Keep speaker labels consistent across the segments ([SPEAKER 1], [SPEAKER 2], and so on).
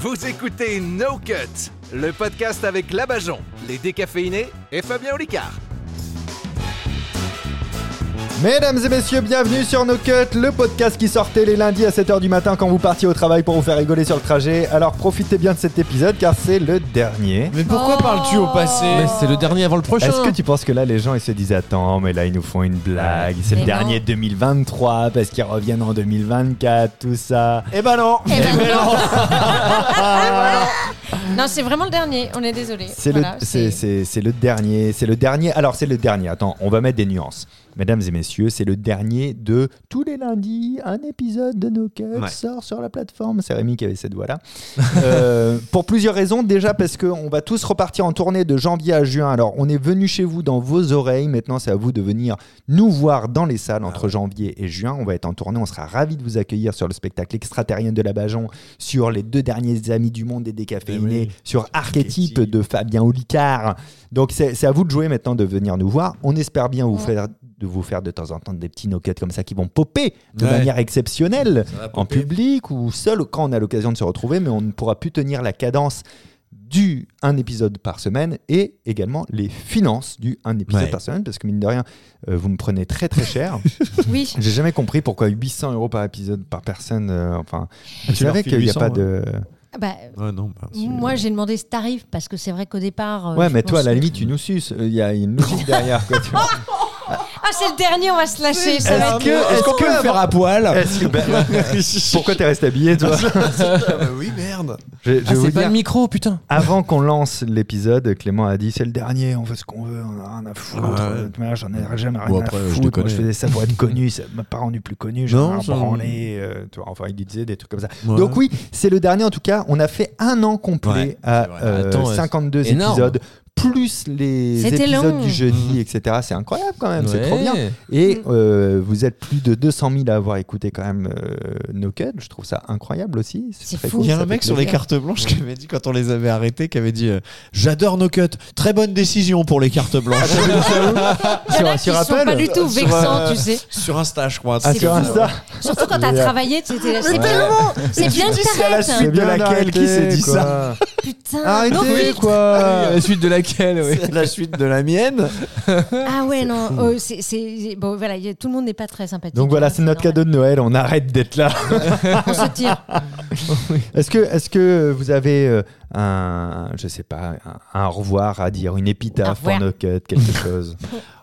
[SPEAKER 1] Vous écoutez No Cut, le podcast avec Labajon, les décaféinés et Fabien Olicard.
[SPEAKER 2] Mesdames et messieurs, bienvenue sur No Cut, le podcast qui sortait les lundis à 7h du matin quand vous partiez au travail pour vous faire rigoler sur le trajet. Alors profitez bien de cet épisode car c'est le dernier.
[SPEAKER 3] Mais pourquoi
[SPEAKER 4] Oh.
[SPEAKER 3] parles-tu au passé
[SPEAKER 4] Mais
[SPEAKER 5] C'est le dernier avant le prochain.
[SPEAKER 2] Est-ce que tu penses que là les gens ils se disent attends mais là ils nous font une blague, c'est le
[SPEAKER 4] Mais
[SPEAKER 2] dernier
[SPEAKER 4] non.
[SPEAKER 2] 2023 parce qu'ils reviennent en 2024, tout ça. Eh ben non
[SPEAKER 4] Eh ben non. Non, c'est vraiment le dernier, on est désolé.
[SPEAKER 2] C'est
[SPEAKER 4] Voilà,
[SPEAKER 2] le, c'est- c'est- c'est le dernier, c'est le dernier. Alors c'est le dernier. Attends, on va mettre des nuances, mesdames et messieurs. C'est le dernier de tous les lundis. Un épisode de No Cut
[SPEAKER 1] Ouais.
[SPEAKER 2] sort sur la plateforme. C'est Rémi qui avait cette voix là. Euh, pour plusieurs raisons. Déjà parce qu'on va tous repartir en tournée de janvier à juin. Alors on est venu chez vous dans vos oreilles. Maintenant c'est à vous de venir nous voir dans les salles
[SPEAKER 3] Ah
[SPEAKER 2] entre janvier et juin. On va être en tournée. On sera ravis de vous accueillir sur le spectacle extraterrien de la Bajon, sur les deux derniers amis du monde des décaféinés,
[SPEAKER 3] Eh oui.
[SPEAKER 2] sur Archétype de Fabien Olicard. Donc c'est c'est à vous de jouer maintenant, de venir nous voir. On espère bien vous
[SPEAKER 4] Ouais.
[SPEAKER 2] faire, de vous faire de temps en temps des petits no-cuts comme ça qui vont popper de
[SPEAKER 3] Ouais.
[SPEAKER 2] manière exceptionnelle
[SPEAKER 3] Ça va
[SPEAKER 2] en
[SPEAKER 3] popper.
[SPEAKER 2] public ou seul quand on a l'occasion de se retrouver, mais on ne pourra plus tenir la cadence du un épisode par semaine et également les finances du un épisode
[SPEAKER 3] Ouais.
[SPEAKER 2] par semaine parce que mine de rien euh, vous me prenez très très cher
[SPEAKER 4] Oui.
[SPEAKER 2] j'ai jamais compris pourquoi 800 euros par épisode par personne euh, enfin vous
[SPEAKER 3] Ah, tu leur
[SPEAKER 2] savez
[SPEAKER 3] files
[SPEAKER 2] qu'il n'y a
[SPEAKER 3] 800,
[SPEAKER 2] pas de
[SPEAKER 4] Bah,
[SPEAKER 3] Ouais, non, bah, c'est-
[SPEAKER 4] moi, j'ai demandé ce tarif parce que c'est vrai qu'au départ. euh,
[SPEAKER 2] ouais
[SPEAKER 4] je
[SPEAKER 2] mais toi à
[SPEAKER 4] pense- Oh,
[SPEAKER 2] la limite tu nous suces il y a une logique derrière quoi, tu vois.
[SPEAKER 4] Ah, c'est le dernier, on va se lâcher. Ça va
[SPEAKER 2] Est-ce
[SPEAKER 4] être-
[SPEAKER 2] que- est-ce qu'on
[SPEAKER 3] peut le faire à poil
[SPEAKER 2] Est-ce que- ben,
[SPEAKER 3] Eh,
[SPEAKER 2] Pourquoi t'es resté habillé, toi
[SPEAKER 3] Ah bah Oui, merde.
[SPEAKER 2] Je, je vais
[SPEAKER 5] Ah,
[SPEAKER 2] vous
[SPEAKER 5] c'est pas
[SPEAKER 2] dire,
[SPEAKER 5] le micro, putain.
[SPEAKER 2] avant qu'on lance l'épisode, Clément a dit c'est le dernier, on fait ce qu'on veut, on en a rien à foutre.
[SPEAKER 3] Ouais.
[SPEAKER 2] Honnêtement, J'en ai jamais rien
[SPEAKER 3] Bon,
[SPEAKER 2] à
[SPEAKER 3] après, je
[SPEAKER 2] foutre. Moi,
[SPEAKER 3] déconne.
[SPEAKER 2] je faisais ça pour être connu, ça m'a pas rendu plus connu. J'en ai
[SPEAKER 3] Non,
[SPEAKER 2] rien
[SPEAKER 3] ça-
[SPEAKER 2] branlé, euh, tu vois, enfin, il disait des trucs comme ça.
[SPEAKER 3] Ouais.
[SPEAKER 2] Donc, oui, c'est le dernier en tout cas. On a fait un an complet
[SPEAKER 3] Ouais,
[SPEAKER 2] à
[SPEAKER 3] c'est vrai.
[SPEAKER 2] euh,
[SPEAKER 5] Attends, ouais,
[SPEAKER 2] 52
[SPEAKER 5] c'est énorme.
[SPEAKER 2] épisodes. Plus les
[SPEAKER 4] C'était
[SPEAKER 2] épisodes
[SPEAKER 4] long.
[SPEAKER 2] du
[SPEAKER 3] Mm-hmm.
[SPEAKER 2] jeudi, etc. C'est incroyable quand même, c'est trop bien.
[SPEAKER 5] Ouais.
[SPEAKER 2] Et
[SPEAKER 4] Mm.
[SPEAKER 2] euh, vous êtes plus de 200 000 à avoir écouté quand même euh, No Cut. Je trouve ça incroyable aussi.
[SPEAKER 4] C'est
[SPEAKER 2] très
[SPEAKER 4] fou.
[SPEAKER 2] cool,
[SPEAKER 3] Il y a
[SPEAKER 2] ça
[SPEAKER 3] un
[SPEAKER 2] fait
[SPEAKER 3] mec sur les
[SPEAKER 2] plaisir.
[SPEAKER 3] cartes blanches qui avait dit, quand on les avait arrêtés, qui avait dit euh, J'adore nos cuts, très bonne décision pour les cartes blanches.
[SPEAKER 4] Il y en a
[SPEAKER 2] sur-
[SPEAKER 4] qui
[SPEAKER 2] sur
[SPEAKER 4] sont pas
[SPEAKER 2] Apple
[SPEAKER 4] du tout
[SPEAKER 3] Sur,
[SPEAKER 4] vexants,
[SPEAKER 3] euh,
[SPEAKER 4] tu sais.
[SPEAKER 3] sur Insta, je crois.
[SPEAKER 2] Ah,
[SPEAKER 4] C'est
[SPEAKER 2] sur
[SPEAKER 4] fou.
[SPEAKER 2] Insta.
[SPEAKER 4] Surtout quand t'as
[SPEAKER 2] Génial.
[SPEAKER 4] travaillé, c'était là. C'est bien,
[SPEAKER 3] tellement
[SPEAKER 4] c'est bien
[SPEAKER 3] tu sais, à la
[SPEAKER 4] que
[SPEAKER 3] suite-
[SPEAKER 4] t'arrêtes.
[SPEAKER 2] C'est bien
[SPEAKER 3] de laquelle qui s'est dit
[SPEAKER 2] ça
[SPEAKER 4] Putain, nos
[SPEAKER 2] Arrêtez
[SPEAKER 4] filtres.
[SPEAKER 2] quoi
[SPEAKER 5] La suite de laquelle, oui.
[SPEAKER 3] C'est la suite de la mienne.
[SPEAKER 4] Ah ouais, non. euh, c'est- c'est- Bon, voilà, y a- tout le monde n'est pas très sympathique.
[SPEAKER 2] Donc voilà, c'est notre cadeau de Noël, on arrête d'être là.
[SPEAKER 4] On se tire.
[SPEAKER 2] Est-ce que, est que vous avez euh, un, je sais pas, un, un au revoir à dire, une
[SPEAKER 4] Au
[SPEAKER 2] épitaphe pour
[SPEAKER 4] revoir.
[SPEAKER 2] No Cut, quelque chose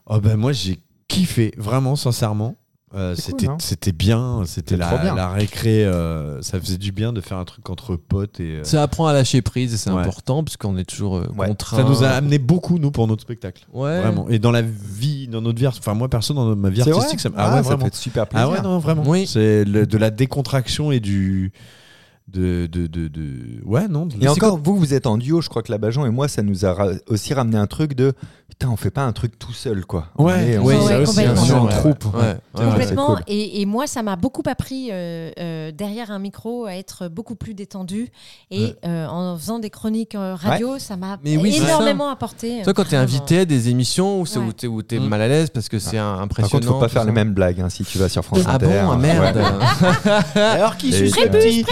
[SPEAKER 3] Oh ben moi j'ai kiffé, vraiment sincèrement. Euh,
[SPEAKER 2] C'est cool,
[SPEAKER 3] c'était
[SPEAKER 2] hein
[SPEAKER 3] c'était bien, c'était
[SPEAKER 2] C'est
[SPEAKER 3] la,
[SPEAKER 2] trop bien.
[SPEAKER 3] la récré. euh, ça faisait du bien de faire un truc entre potes et euh,
[SPEAKER 5] Ça apprend à lâcher prise et c'est
[SPEAKER 3] Ouais.
[SPEAKER 5] important parce qu'on est toujours euh,
[SPEAKER 2] Ouais.
[SPEAKER 5] contraint.
[SPEAKER 3] ça nous a amené beaucoup nous pour notre spectacle.
[SPEAKER 5] Ouais.
[SPEAKER 3] Vraiment. Et dans la vie, dans notre vie, art- enfin moi perso dans ma vie artistique, ça,
[SPEAKER 2] ça,
[SPEAKER 3] m- ah ouais,
[SPEAKER 2] ça
[SPEAKER 3] vraiment.
[SPEAKER 2] fait super plaisir.
[SPEAKER 3] Ah ouais non vraiment.
[SPEAKER 5] Oui.
[SPEAKER 3] C'est le- de la décontraction et du de de, de, de- ouais non. de-
[SPEAKER 2] Et
[SPEAKER 3] c'est
[SPEAKER 2] encore, vous, vous êtes en duo, je crois que la Bajon et moi, ça nous a ra- aussi ramené un truc de putain, on fait pas un truc tout seul, quoi.
[SPEAKER 3] Ouais,
[SPEAKER 2] On est- on
[SPEAKER 3] ouais,
[SPEAKER 2] est-
[SPEAKER 4] ça aussi,
[SPEAKER 2] on
[SPEAKER 3] hein,
[SPEAKER 2] est
[SPEAKER 4] complètement.
[SPEAKER 2] en troupe.
[SPEAKER 5] Ouais, ouais,
[SPEAKER 2] C'est
[SPEAKER 3] Ah,
[SPEAKER 2] vrai,
[SPEAKER 5] ouais.
[SPEAKER 2] c'est
[SPEAKER 4] Complètement.
[SPEAKER 2] cool.
[SPEAKER 4] et, et moi, ça m'a beaucoup appris euh, euh, derrière un micro à être beaucoup plus détendu. Et
[SPEAKER 3] Ouais.
[SPEAKER 4] euh, en faisant des chroniques euh, radio, ça m'a
[SPEAKER 5] Mais oui, c'est ça.
[SPEAKER 4] énormément apporté.
[SPEAKER 5] Toi, quand t'es
[SPEAKER 4] Vraiment.
[SPEAKER 5] invité à des émissions où, c'est-
[SPEAKER 4] Ouais.
[SPEAKER 5] où t'es, où t'es
[SPEAKER 3] Mm.
[SPEAKER 5] mal à l'aise parce que c'est un-
[SPEAKER 2] Par
[SPEAKER 5] impressionnant.
[SPEAKER 2] contre, faut pas
[SPEAKER 5] tout
[SPEAKER 2] faire
[SPEAKER 5] ça.
[SPEAKER 2] les mêmes blagues hein, si tu vas sur France
[SPEAKER 5] Ah
[SPEAKER 2] Inter. hein.
[SPEAKER 5] bon, ah merde.
[SPEAKER 3] Alors qui
[SPEAKER 2] Et-
[SPEAKER 3] suce le petit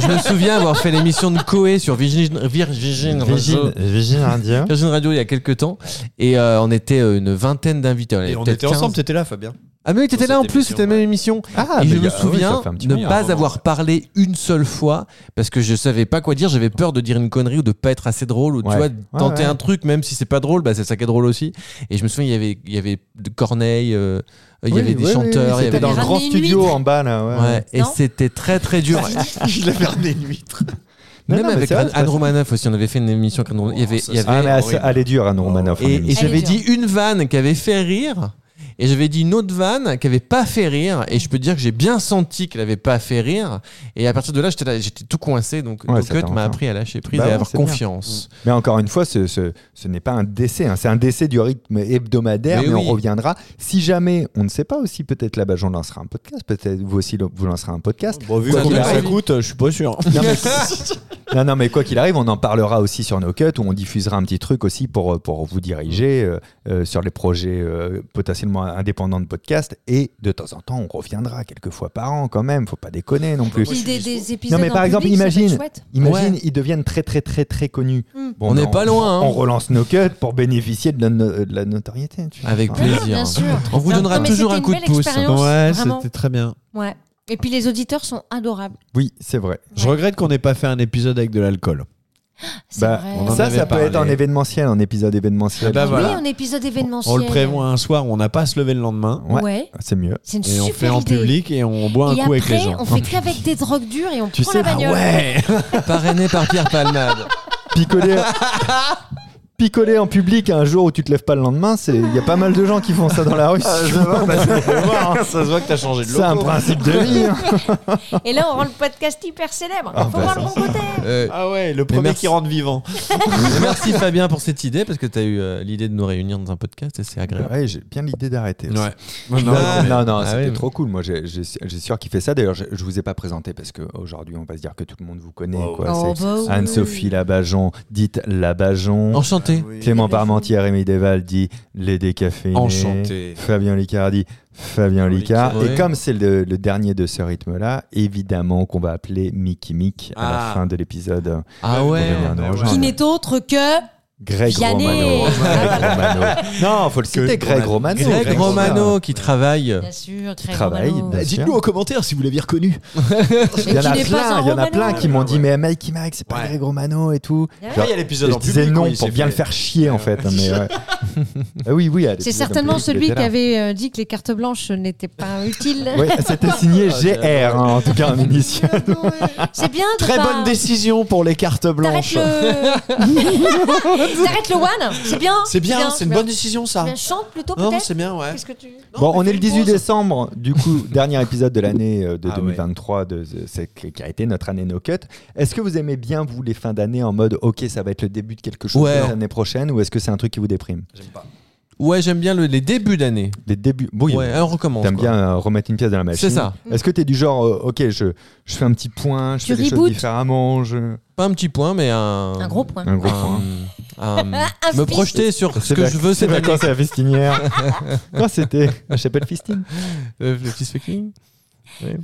[SPEAKER 5] Je me souviens avoir fait l'émission de Coé sur Virgin, Virgin,
[SPEAKER 2] Virgin,
[SPEAKER 5] Radio-
[SPEAKER 2] Virgin Indien.
[SPEAKER 5] Virgin Radio il y a quelques temps et euh, on était euh, une vingtaine d'invités.
[SPEAKER 3] Et on
[SPEAKER 5] peut-être
[SPEAKER 3] était ensemble,
[SPEAKER 5] 15.
[SPEAKER 3] t'étais là Fabien.
[SPEAKER 5] Ah mais oui, t'étais
[SPEAKER 3] Sur
[SPEAKER 5] là en
[SPEAKER 3] cette
[SPEAKER 5] plus,
[SPEAKER 3] émission,
[SPEAKER 5] c'était la même
[SPEAKER 3] ouais.
[SPEAKER 5] émission.
[SPEAKER 2] Ah,
[SPEAKER 5] et
[SPEAKER 2] mais
[SPEAKER 5] je
[SPEAKER 2] il y
[SPEAKER 5] me
[SPEAKER 2] a- ah oui, ça
[SPEAKER 5] souviens
[SPEAKER 2] fait un petit
[SPEAKER 5] ne
[SPEAKER 2] moment.
[SPEAKER 5] pas
[SPEAKER 3] moment,
[SPEAKER 5] avoir parlé une seule fois parce que je savais pas quoi dire. J'avais peur de dire une connerie ou de pas être assez drôle ou
[SPEAKER 2] Ouais.
[SPEAKER 5] tu vois de
[SPEAKER 2] Ouais,
[SPEAKER 5] tenter
[SPEAKER 2] ouais.
[SPEAKER 5] un truc même si c'est pas drôle, bah c'est ça qui est drôle aussi. Et je me souviens il y avait il y avait de Corneille, euh, il y
[SPEAKER 2] Oui,
[SPEAKER 5] avait des
[SPEAKER 2] oui, oui,
[SPEAKER 5] chanteurs, il y
[SPEAKER 2] C'était
[SPEAKER 5] avait
[SPEAKER 2] dans
[SPEAKER 5] des-
[SPEAKER 2] le
[SPEAKER 4] Ramener
[SPEAKER 2] grand
[SPEAKER 4] une
[SPEAKER 2] studio
[SPEAKER 4] huître.
[SPEAKER 2] en bas là.
[SPEAKER 5] Ouais,
[SPEAKER 2] ouais.
[SPEAKER 5] et
[SPEAKER 4] Non.
[SPEAKER 5] c'était très très dur.
[SPEAKER 3] Je l'avais ramené une huître.
[SPEAKER 2] Non,
[SPEAKER 5] Même
[SPEAKER 2] non, mais
[SPEAKER 5] avec
[SPEAKER 2] c'est vrai,
[SPEAKER 5] Anne
[SPEAKER 2] c'est
[SPEAKER 5] Anne
[SPEAKER 2] pas-
[SPEAKER 5] Romanoff aussi, on avait fait une émission avec Anne Romanoff. Il y avait, il y avait-
[SPEAKER 2] Ah, mais elle-
[SPEAKER 3] horrible.
[SPEAKER 2] elle est dure, Anne Romanoff. en
[SPEAKER 5] Et, et
[SPEAKER 2] émission.
[SPEAKER 5] j'avais
[SPEAKER 4] Elle est
[SPEAKER 5] dit
[SPEAKER 4] dure.
[SPEAKER 5] une vanne qui avait fait rire. Et j'avais dit une autre vanne qui avait pas fait rire. Et je peux dire que j'ai bien senti qu'elle avait pas fait rire. Et à partir de là, j'étais là, j'étais tout coincé. Donc,
[SPEAKER 2] Ouais,
[SPEAKER 5] donc
[SPEAKER 2] ça
[SPEAKER 5] Cut
[SPEAKER 2] t'a
[SPEAKER 5] m'a
[SPEAKER 2] enfin.
[SPEAKER 5] appris à lâcher prise
[SPEAKER 2] Bah
[SPEAKER 5] et à
[SPEAKER 2] ouais,
[SPEAKER 5] avoir
[SPEAKER 2] c'est bien.
[SPEAKER 5] confiance.
[SPEAKER 2] Mais encore une fois, ce, ce- ce n'est pas un décès, hein. c'est un décès du rythme hebdomadaire, mais,
[SPEAKER 5] Mais oui.
[SPEAKER 2] on reviendra. Si jamais, on ne sait pas aussi, peut-être là-bas, j'en lancera un podcast, peut-être vous aussi, le- vous lancerez un podcast.
[SPEAKER 3] Bon, vu
[SPEAKER 5] Ça
[SPEAKER 3] combien
[SPEAKER 5] devrait
[SPEAKER 3] ça
[SPEAKER 5] aller.
[SPEAKER 3] coûte, euh, je suis pas sûr.
[SPEAKER 2] Non, mais- Non, non, mais quoi qu'il arrive, on en parlera aussi sur nos cuts, où on diffusera un petit truc aussi pour, euh, pour vous diriger euh, euh, sur les projets euh, potentiellement indépendants de podcast. Et de temps en temps, on reviendra quelques fois par an quand même, faut pas déconner non plus.
[SPEAKER 4] Puis des, des épisodes.
[SPEAKER 2] Non, mais
[SPEAKER 4] en
[SPEAKER 2] par exemple,
[SPEAKER 4] public, ça peut être
[SPEAKER 2] imagine.
[SPEAKER 4] chouette.
[SPEAKER 2] Imagine, ils deviennent très très très très connus.
[SPEAKER 4] Hmm.
[SPEAKER 2] Bon,
[SPEAKER 5] On
[SPEAKER 2] ben,
[SPEAKER 5] n'est pas loin, hein.
[SPEAKER 2] On relance nos cuts pour bénéficier de la, no- de la notoriété. tu vois.
[SPEAKER 5] Avec
[SPEAKER 2] Ouais.
[SPEAKER 5] plaisir.
[SPEAKER 4] bien sûr.
[SPEAKER 5] On vous
[SPEAKER 4] Non,
[SPEAKER 5] donnera
[SPEAKER 4] mais
[SPEAKER 5] toujours
[SPEAKER 4] c'était
[SPEAKER 5] un coup
[SPEAKER 4] une
[SPEAKER 5] de
[SPEAKER 4] belle
[SPEAKER 5] pouce.
[SPEAKER 4] expérience.
[SPEAKER 3] Ouais,
[SPEAKER 4] Vraiment.
[SPEAKER 3] c'était très bien.
[SPEAKER 4] Ouais. Et puis les auditeurs sont adorables.
[SPEAKER 2] Oui, c'est vrai.
[SPEAKER 3] Je regrette qu'on n'ait pas fait un épisode avec de l'alcool.
[SPEAKER 4] C'est
[SPEAKER 2] Bah,
[SPEAKER 4] vrai.
[SPEAKER 3] on en
[SPEAKER 2] ça,
[SPEAKER 3] avait
[SPEAKER 2] ça peut
[SPEAKER 3] parlé.
[SPEAKER 2] être en événementiel, en épisode événementiel.
[SPEAKER 3] Ah bah voilà.
[SPEAKER 4] Oui, un épisode événementiel.
[SPEAKER 3] On le prévoit un soir, on n'a pas à se lever le lendemain.
[SPEAKER 2] Ouais.
[SPEAKER 4] Ouais.
[SPEAKER 2] C'est mieux.
[SPEAKER 4] C'est une
[SPEAKER 3] Et
[SPEAKER 4] super
[SPEAKER 3] on fait en
[SPEAKER 4] idée.
[SPEAKER 3] public et on boit un
[SPEAKER 4] Et
[SPEAKER 3] coup
[SPEAKER 4] après,
[SPEAKER 3] avec les gens.
[SPEAKER 4] on fait qu'avec des drogues dures et on
[SPEAKER 3] Tu
[SPEAKER 4] prend
[SPEAKER 3] sais,
[SPEAKER 4] la
[SPEAKER 3] ah
[SPEAKER 4] bagnole.
[SPEAKER 3] ouais
[SPEAKER 5] Parrainé par Pierre Palmade.
[SPEAKER 2] Picoler, picoler en public un jour où tu te lèves pas le lendemain, c'est il y a pas mal de gens qui font ça dans la rue. si tu veux.
[SPEAKER 5] Ça se voit que t'as changé
[SPEAKER 2] c'est un principe de vie. hein.
[SPEAKER 4] Et là, on rend le podcast hyper célèbre.
[SPEAKER 2] Ah,
[SPEAKER 4] Faut
[SPEAKER 2] bah,
[SPEAKER 4] voir le bon côté.
[SPEAKER 3] Ah ouais, le
[SPEAKER 5] premier
[SPEAKER 3] premier
[SPEAKER 5] qui
[SPEAKER 3] qui rentre vivant.
[SPEAKER 5] Euh, merci Fabien pour cette idée parce que t'as eu euh, l'idée de nous réunir dans un podcast et c'est agréable.
[SPEAKER 2] Ouais, j'ai bien l'idée d'arrêter. aussi.
[SPEAKER 3] Non,
[SPEAKER 2] Non, non, non,
[SPEAKER 5] Ah
[SPEAKER 2] c'était
[SPEAKER 5] oui.
[SPEAKER 2] trop cool. Moi, j'ai j'ai- j'ai sûr kiffé ça. D'ailleurs, je, je vous ai pas présenté parce qu'aujourd'hui, on va se dire que tout le monde vous connaît. quoi.
[SPEAKER 4] Oh,
[SPEAKER 2] C'est
[SPEAKER 4] bah oui.
[SPEAKER 2] Anne-Sophie Labajon, dite Labajon.
[SPEAKER 5] Enchanté.
[SPEAKER 2] Clément
[SPEAKER 4] Les Décaféinés.
[SPEAKER 2] Parmentier, Rémi Deval dit les décaféinés.
[SPEAKER 3] Enchanté.
[SPEAKER 2] Fabien Licard dit Fabien Licard.
[SPEAKER 5] Licard,
[SPEAKER 2] Et
[SPEAKER 5] ouais.
[SPEAKER 2] comme c'est le, le dernier de ce rythme-là, évidemment qu'on va appeler Mickey Mick à
[SPEAKER 3] Ah.
[SPEAKER 2] la fin de l'épisode.
[SPEAKER 5] Ah ouais.
[SPEAKER 2] On vient de
[SPEAKER 3] ouais,
[SPEAKER 2] rejoindre.
[SPEAKER 4] Qui n'est autre que.
[SPEAKER 2] Greg
[SPEAKER 4] Vianney.
[SPEAKER 2] Romano. Greg Romano. Non, faut le citer. Greg Romano.
[SPEAKER 5] Greg,
[SPEAKER 3] Greg
[SPEAKER 5] Romano
[SPEAKER 3] Romano.
[SPEAKER 5] qui travaille.
[SPEAKER 4] Bien sûr, Greg
[SPEAKER 2] travaille,
[SPEAKER 4] Romano.
[SPEAKER 2] bah,
[SPEAKER 3] Dites-nous en commentaire si vous l'aviez reconnu.
[SPEAKER 4] Et
[SPEAKER 2] Il y en
[SPEAKER 4] qui
[SPEAKER 2] a
[SPEAKER 4] n'est pas
[SPEAKER 2] plein,
[SPEAKER 4] un
[SPEAKER 2] il y en a
[SPEAKER 4] Romano.
[SPEAKER 2] plein qui m'ont dit
[SPEAKER 3] Ouais.
[SPEAKER 2] mais Mike, Mike, c'est pas
[SPEAKER 3] Ouais.
[SPEAKER 2] Greg Romano et tout.
[SPEAKER 4] Ouais.
[SPEAKER 2] Genre,
[SPEAKER 3] il y a
[SPEAKER 2] je
[SPEAKER 3] l'épisode en
[SPEAKER 2] disais
[SPEAKER 3] public où
[SPEAKER 2] non
[SPEAKER 3] il
[SPEAKER 2] pour
[SPEAKER 3] s'est
[SPEAKER 2] bien
[SPEAKER 3] fait-
[SPEAKER 2] le faire chier en fait. mais, ouais. Ah oui, oui. à l'épisode
[SPEAKER 4] C'est
[SPEAKER 2] en
[SPEAKER 4] certainement
[SPEAKER 2] public, il
[SPEAKER 4] celui
[SPEAKER 2] était
[SPEAKER 4] qui
[SPEAKER 2] là.
[SPEAKER 4] avait euh, dit que les cartes blanches n'étaient pas utiles.
[SPEAKER 2] Oui, c'était signé
[SPEAKER 5] Ah,
[SPEAKER 2] GR, hein, en tout cas un initial.
[SPEAKER 4] C'est bien de
[SPEAKER 3] Très
[SPEAKER 4] pas-
[SPEAKER 3] bonne décision pour les cartes
[SPEAKER 4] T'arrêtes
[SPEAKER 3] blanches.
[SPEAKER 4] le... T'arrêtes le one, c'est bien.
[SPEAKER 3] C'est bien, c'est une
[SPEAKER 4] bien.
[SPEAKER 3] bonne décision ça.
[SPEAKER 4] Bien, chante plutôt
[SPEAKER 3] Non,
[SPEAKER 4] peut-être.
[SPEAKER 3] c'est bien, ouais.
[SPEAKER 4] Qu'est-ce que tu...
[SPEAKER 2] Bon,
[SPEAKER 3] mais
[SPEAKER 2] on
[SPEAKER 3] fais
[SPEAKER 2] est le
[SPEAKER 3] une
[SPEAKER 2] 18
[SPEAKER 3] pause.
[SPEAKER 2] décembre, du coup, dernier épisode de l'année euh, de
[SPEAKER 3] Ah ouais.
[SPEAKER 2] 2023, de, de- c'est- qui a été notre année No Cut. Est-ce que vous aimez bien, vous, les fins d'année en mode OK, ça va être le début de quelque chose
[SPEAKER 5] Ouais.
[SPEAKER 2] de l'année prochaine, ou est-ce que c'est un truc qui vous déprime
[SPEAKER 5] Ouais, j'aime bien le- les débuts d'année.
[SPEAKER 2] Les débuts. Bon, il y a-
[SPEAKER 5] Ouais, on recommence.
[SPEAKER 2] T'aimes
[SPEAKER 5] quoi.
[SPEAKER 2] bien euh, remettre une pièce dans la machine.
[SPEAKER 5] C'est ça.
[SPEAKER 2] Est-ce que t'es du genre, euh, ok, je, je fais un petit point, je fais
[SPEAKER 4] Tu
[SPEAKER 2] des choses
[SPEAKER 4] reboot.
[SPEAKER 2] différemment, je...
[SPEAKER 5] Pas un petit point, mais un.
[SPEAKER 4] Un gros point.
[SPEAKER 2] un gros point.
[SPEAKER 5] un-
[SPEAKER 4] Un
[SPEAKER 5] me
[SPEAKER 4] fist.
[SPEAKER 5] projeter sur ce
[SPEAKER 2] C'est
[SPEAKER 5] que
[SPEAKER 2] la-
[SPEAKER 5] je veux
[SPEAKER 2] C'est
[SPEAKER 5] cette année.
[SPEAKER 2] vacances à la festinière. Quand c'était à Chapelle Fistine.
[SPEAKER 5] Euh, le petit speaking.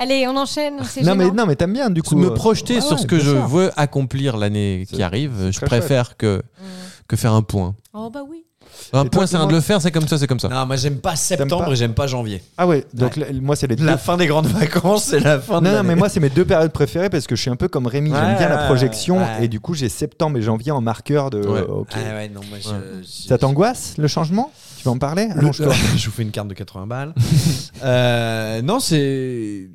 [SPEAKER 4] Allez, on enchaîne, c'est
[SPEAKER 2] Non mais
[SPEAKER 4] gênant.
[SPEAKER 2] non mais t'aimes bien du coup.
[SPEAKER 5] me
[SPEAKER 2] euh,
[SPEAKER 5] projeter
[SPEAKER 2] ouais,
[SPEAKER 5] sur ce
[SPEAKER 2] ouais,
[SPEAKER 5] que
[SPEAKER 2] bien
[SPEAKER 5] je
[SPEAKER 2] sûr.
[SPEAKER 5] veux accomplir l'année
[SPEAKER 2] C'est-
[SPEAKER 5] qui arrive. Je
[SPEAKER 2] très chouette.
[SPEAKER 5] préfère que,
[SPEAKER 4] Mm.
[SPEAKER 5] que faire un point.
[SPEAKER 4] Oh bah oui.
[SPEAKER 5] Un
[SPEAKER 2] Et toi,
[SPEAKER 5] point, c'est un de
[SPEAKER 2] Clément
[SPEAKER 5] le faire, c'est comme ça, c'est comme ça.
[SPEAKER 3] Non, moi j'aime pas septembre
[SPEAKER 2] pas
[SPEAKER 3] et j'aime pas janvier.
[SPEAKER 2] Ah ouais. Donc là, moi c'est les deux.
[SPEAKER 3] La fin des grandes vacances, c'est la fin de
[SPEAKER 2] Non, non,
[SPEAKER 3] l'année.
[SPEAKER 2] mais moi, c'est mes deux périodes préférées parce que je suis un peu comme Rémi, j'aime
[SPEAKER 3] Ouais,
[SPEAKER 2] bien la
[SPEAKER 3] ouais,
[SPEAKER 2] projection
[SPEAKER 3] ouais.
[SPEAKER 2] et du coup, j'ai septembre et janvier en marqueur de.
[SPEAKER 5] Ouais.
[SPEAKER 2] ok.
[SPEAKER 3] Ah ouais, non, moi, je-
[SPEAKER 5] Ouais.
[SPEAKER 3] je-
[SPEAKER 2] Ça t'angoisse le changement Tu vas en parler Ah
[SPEAKER 3] Le-
[SPEAKER 2] Allonge-toi.
[SPEAKER 3] je vous fais une carte de 80 balles. Euh, non, c'est.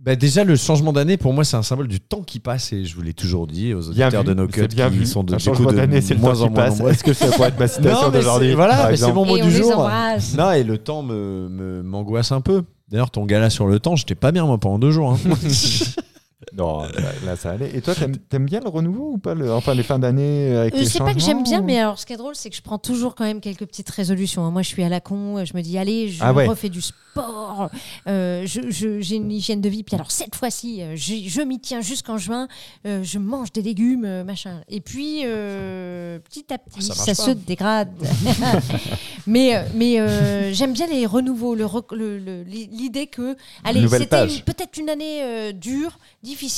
[SPEAKER 3] bah, déjà, le changement d'année, pour moi, c'est un symbole du temps qui passe. Et je vous l'ai toujours dit aux
[SPEAKER 2] Bien
[SPEAKER 3] auditeurs
[SPEAKER 2] vu,
[SPEAKER 3] de nos
[SPEAKER 2] c'est
[SPEAKER 3] cuts
[SPEAKER 2] bien
[SPEAKER 3] qui
[SPEAKER 2] vu.
[SPEAKER 3] sont de,
[SPEAKER 2] Un
[SPEAKER 3] du coup,
[SPEAKER 2] changement
[SPEAKER 3] de
[SPEAKER 2] d'année, c'est le
[SPEAKER 3] moins
[SPEAKER 2] temps
[SPEAKER 3] en
[SPEAKER 2] qui
[SPEAKER 3] moins
[SPEAKER 2] passe.
[SPEAKER 3] nombreux.
[SPEAKER 2] Est-ce que ça pourrait être ma citation
[SPEAKER 3] Non, mais
[SPEAKER 2] d'aujourd'hui
[SPEAKER 3] c'est- voilà,
[SPEAKER 2] par
[SPEAKER 3] mais c'est
[SPEAKER 2] exemple
[SPEAKER 3] mon mot
[SPEAKER 4] Et on
[SPEAKER 3] du
[SPEAKER 4] les
[SPEAKER 3] jour.
[SPEAKER 4] embrasse.
[SPEAKER 3] Non, et le temps me- me- m'angoisse un peu. D'ailleurs, ton gala sur le temps, j'étais pas bien moi pendant deux jours. hein.
[SPEAKER 2] Non, là, là, ça allait. Et toi, t'aimes t'aimes bien le renouveau ou pas le- Enfin, les fins d'année avec
[SPEAKER 4] Euh,
[SPEAKER 2] les
[SPEAKER 4] c'est pas que
[SPEAKER 2] changements
[SPEAKER 4] j'aime bien, mais alors ce qui est drôle, c'est que je prends toujours quand même quelques petites résolutions. hein. Moi, je suis à la con, euh, je me dis, allez, je
[SPEAKER 2] Ah ouais.
[SPEAKER 4] refais du sport, euh, je- je- j'ai une hygiène de vie, puis alors cette fois-ci, euh, je, je m'y tiens jusqu'en juin, euh, je mange des légumes, euh, machin. Et puis, euh, petit à petit,
[SPEAKER 3] Ça
[SPEAKER 4] ça,
[SPEAKER 3] marche
[SPEAKER 4] se dégrade. mais euh, mais euh, j'aime bien les renouveaux, le rec- le- le- l'idée que, allez,
[SPEAKER 2] Nouvelle
[SPEAKER 4] c'était
[SPEAKER 2] page.
[SPEAKER 4] une- peut-être une année euh, dure, difficile.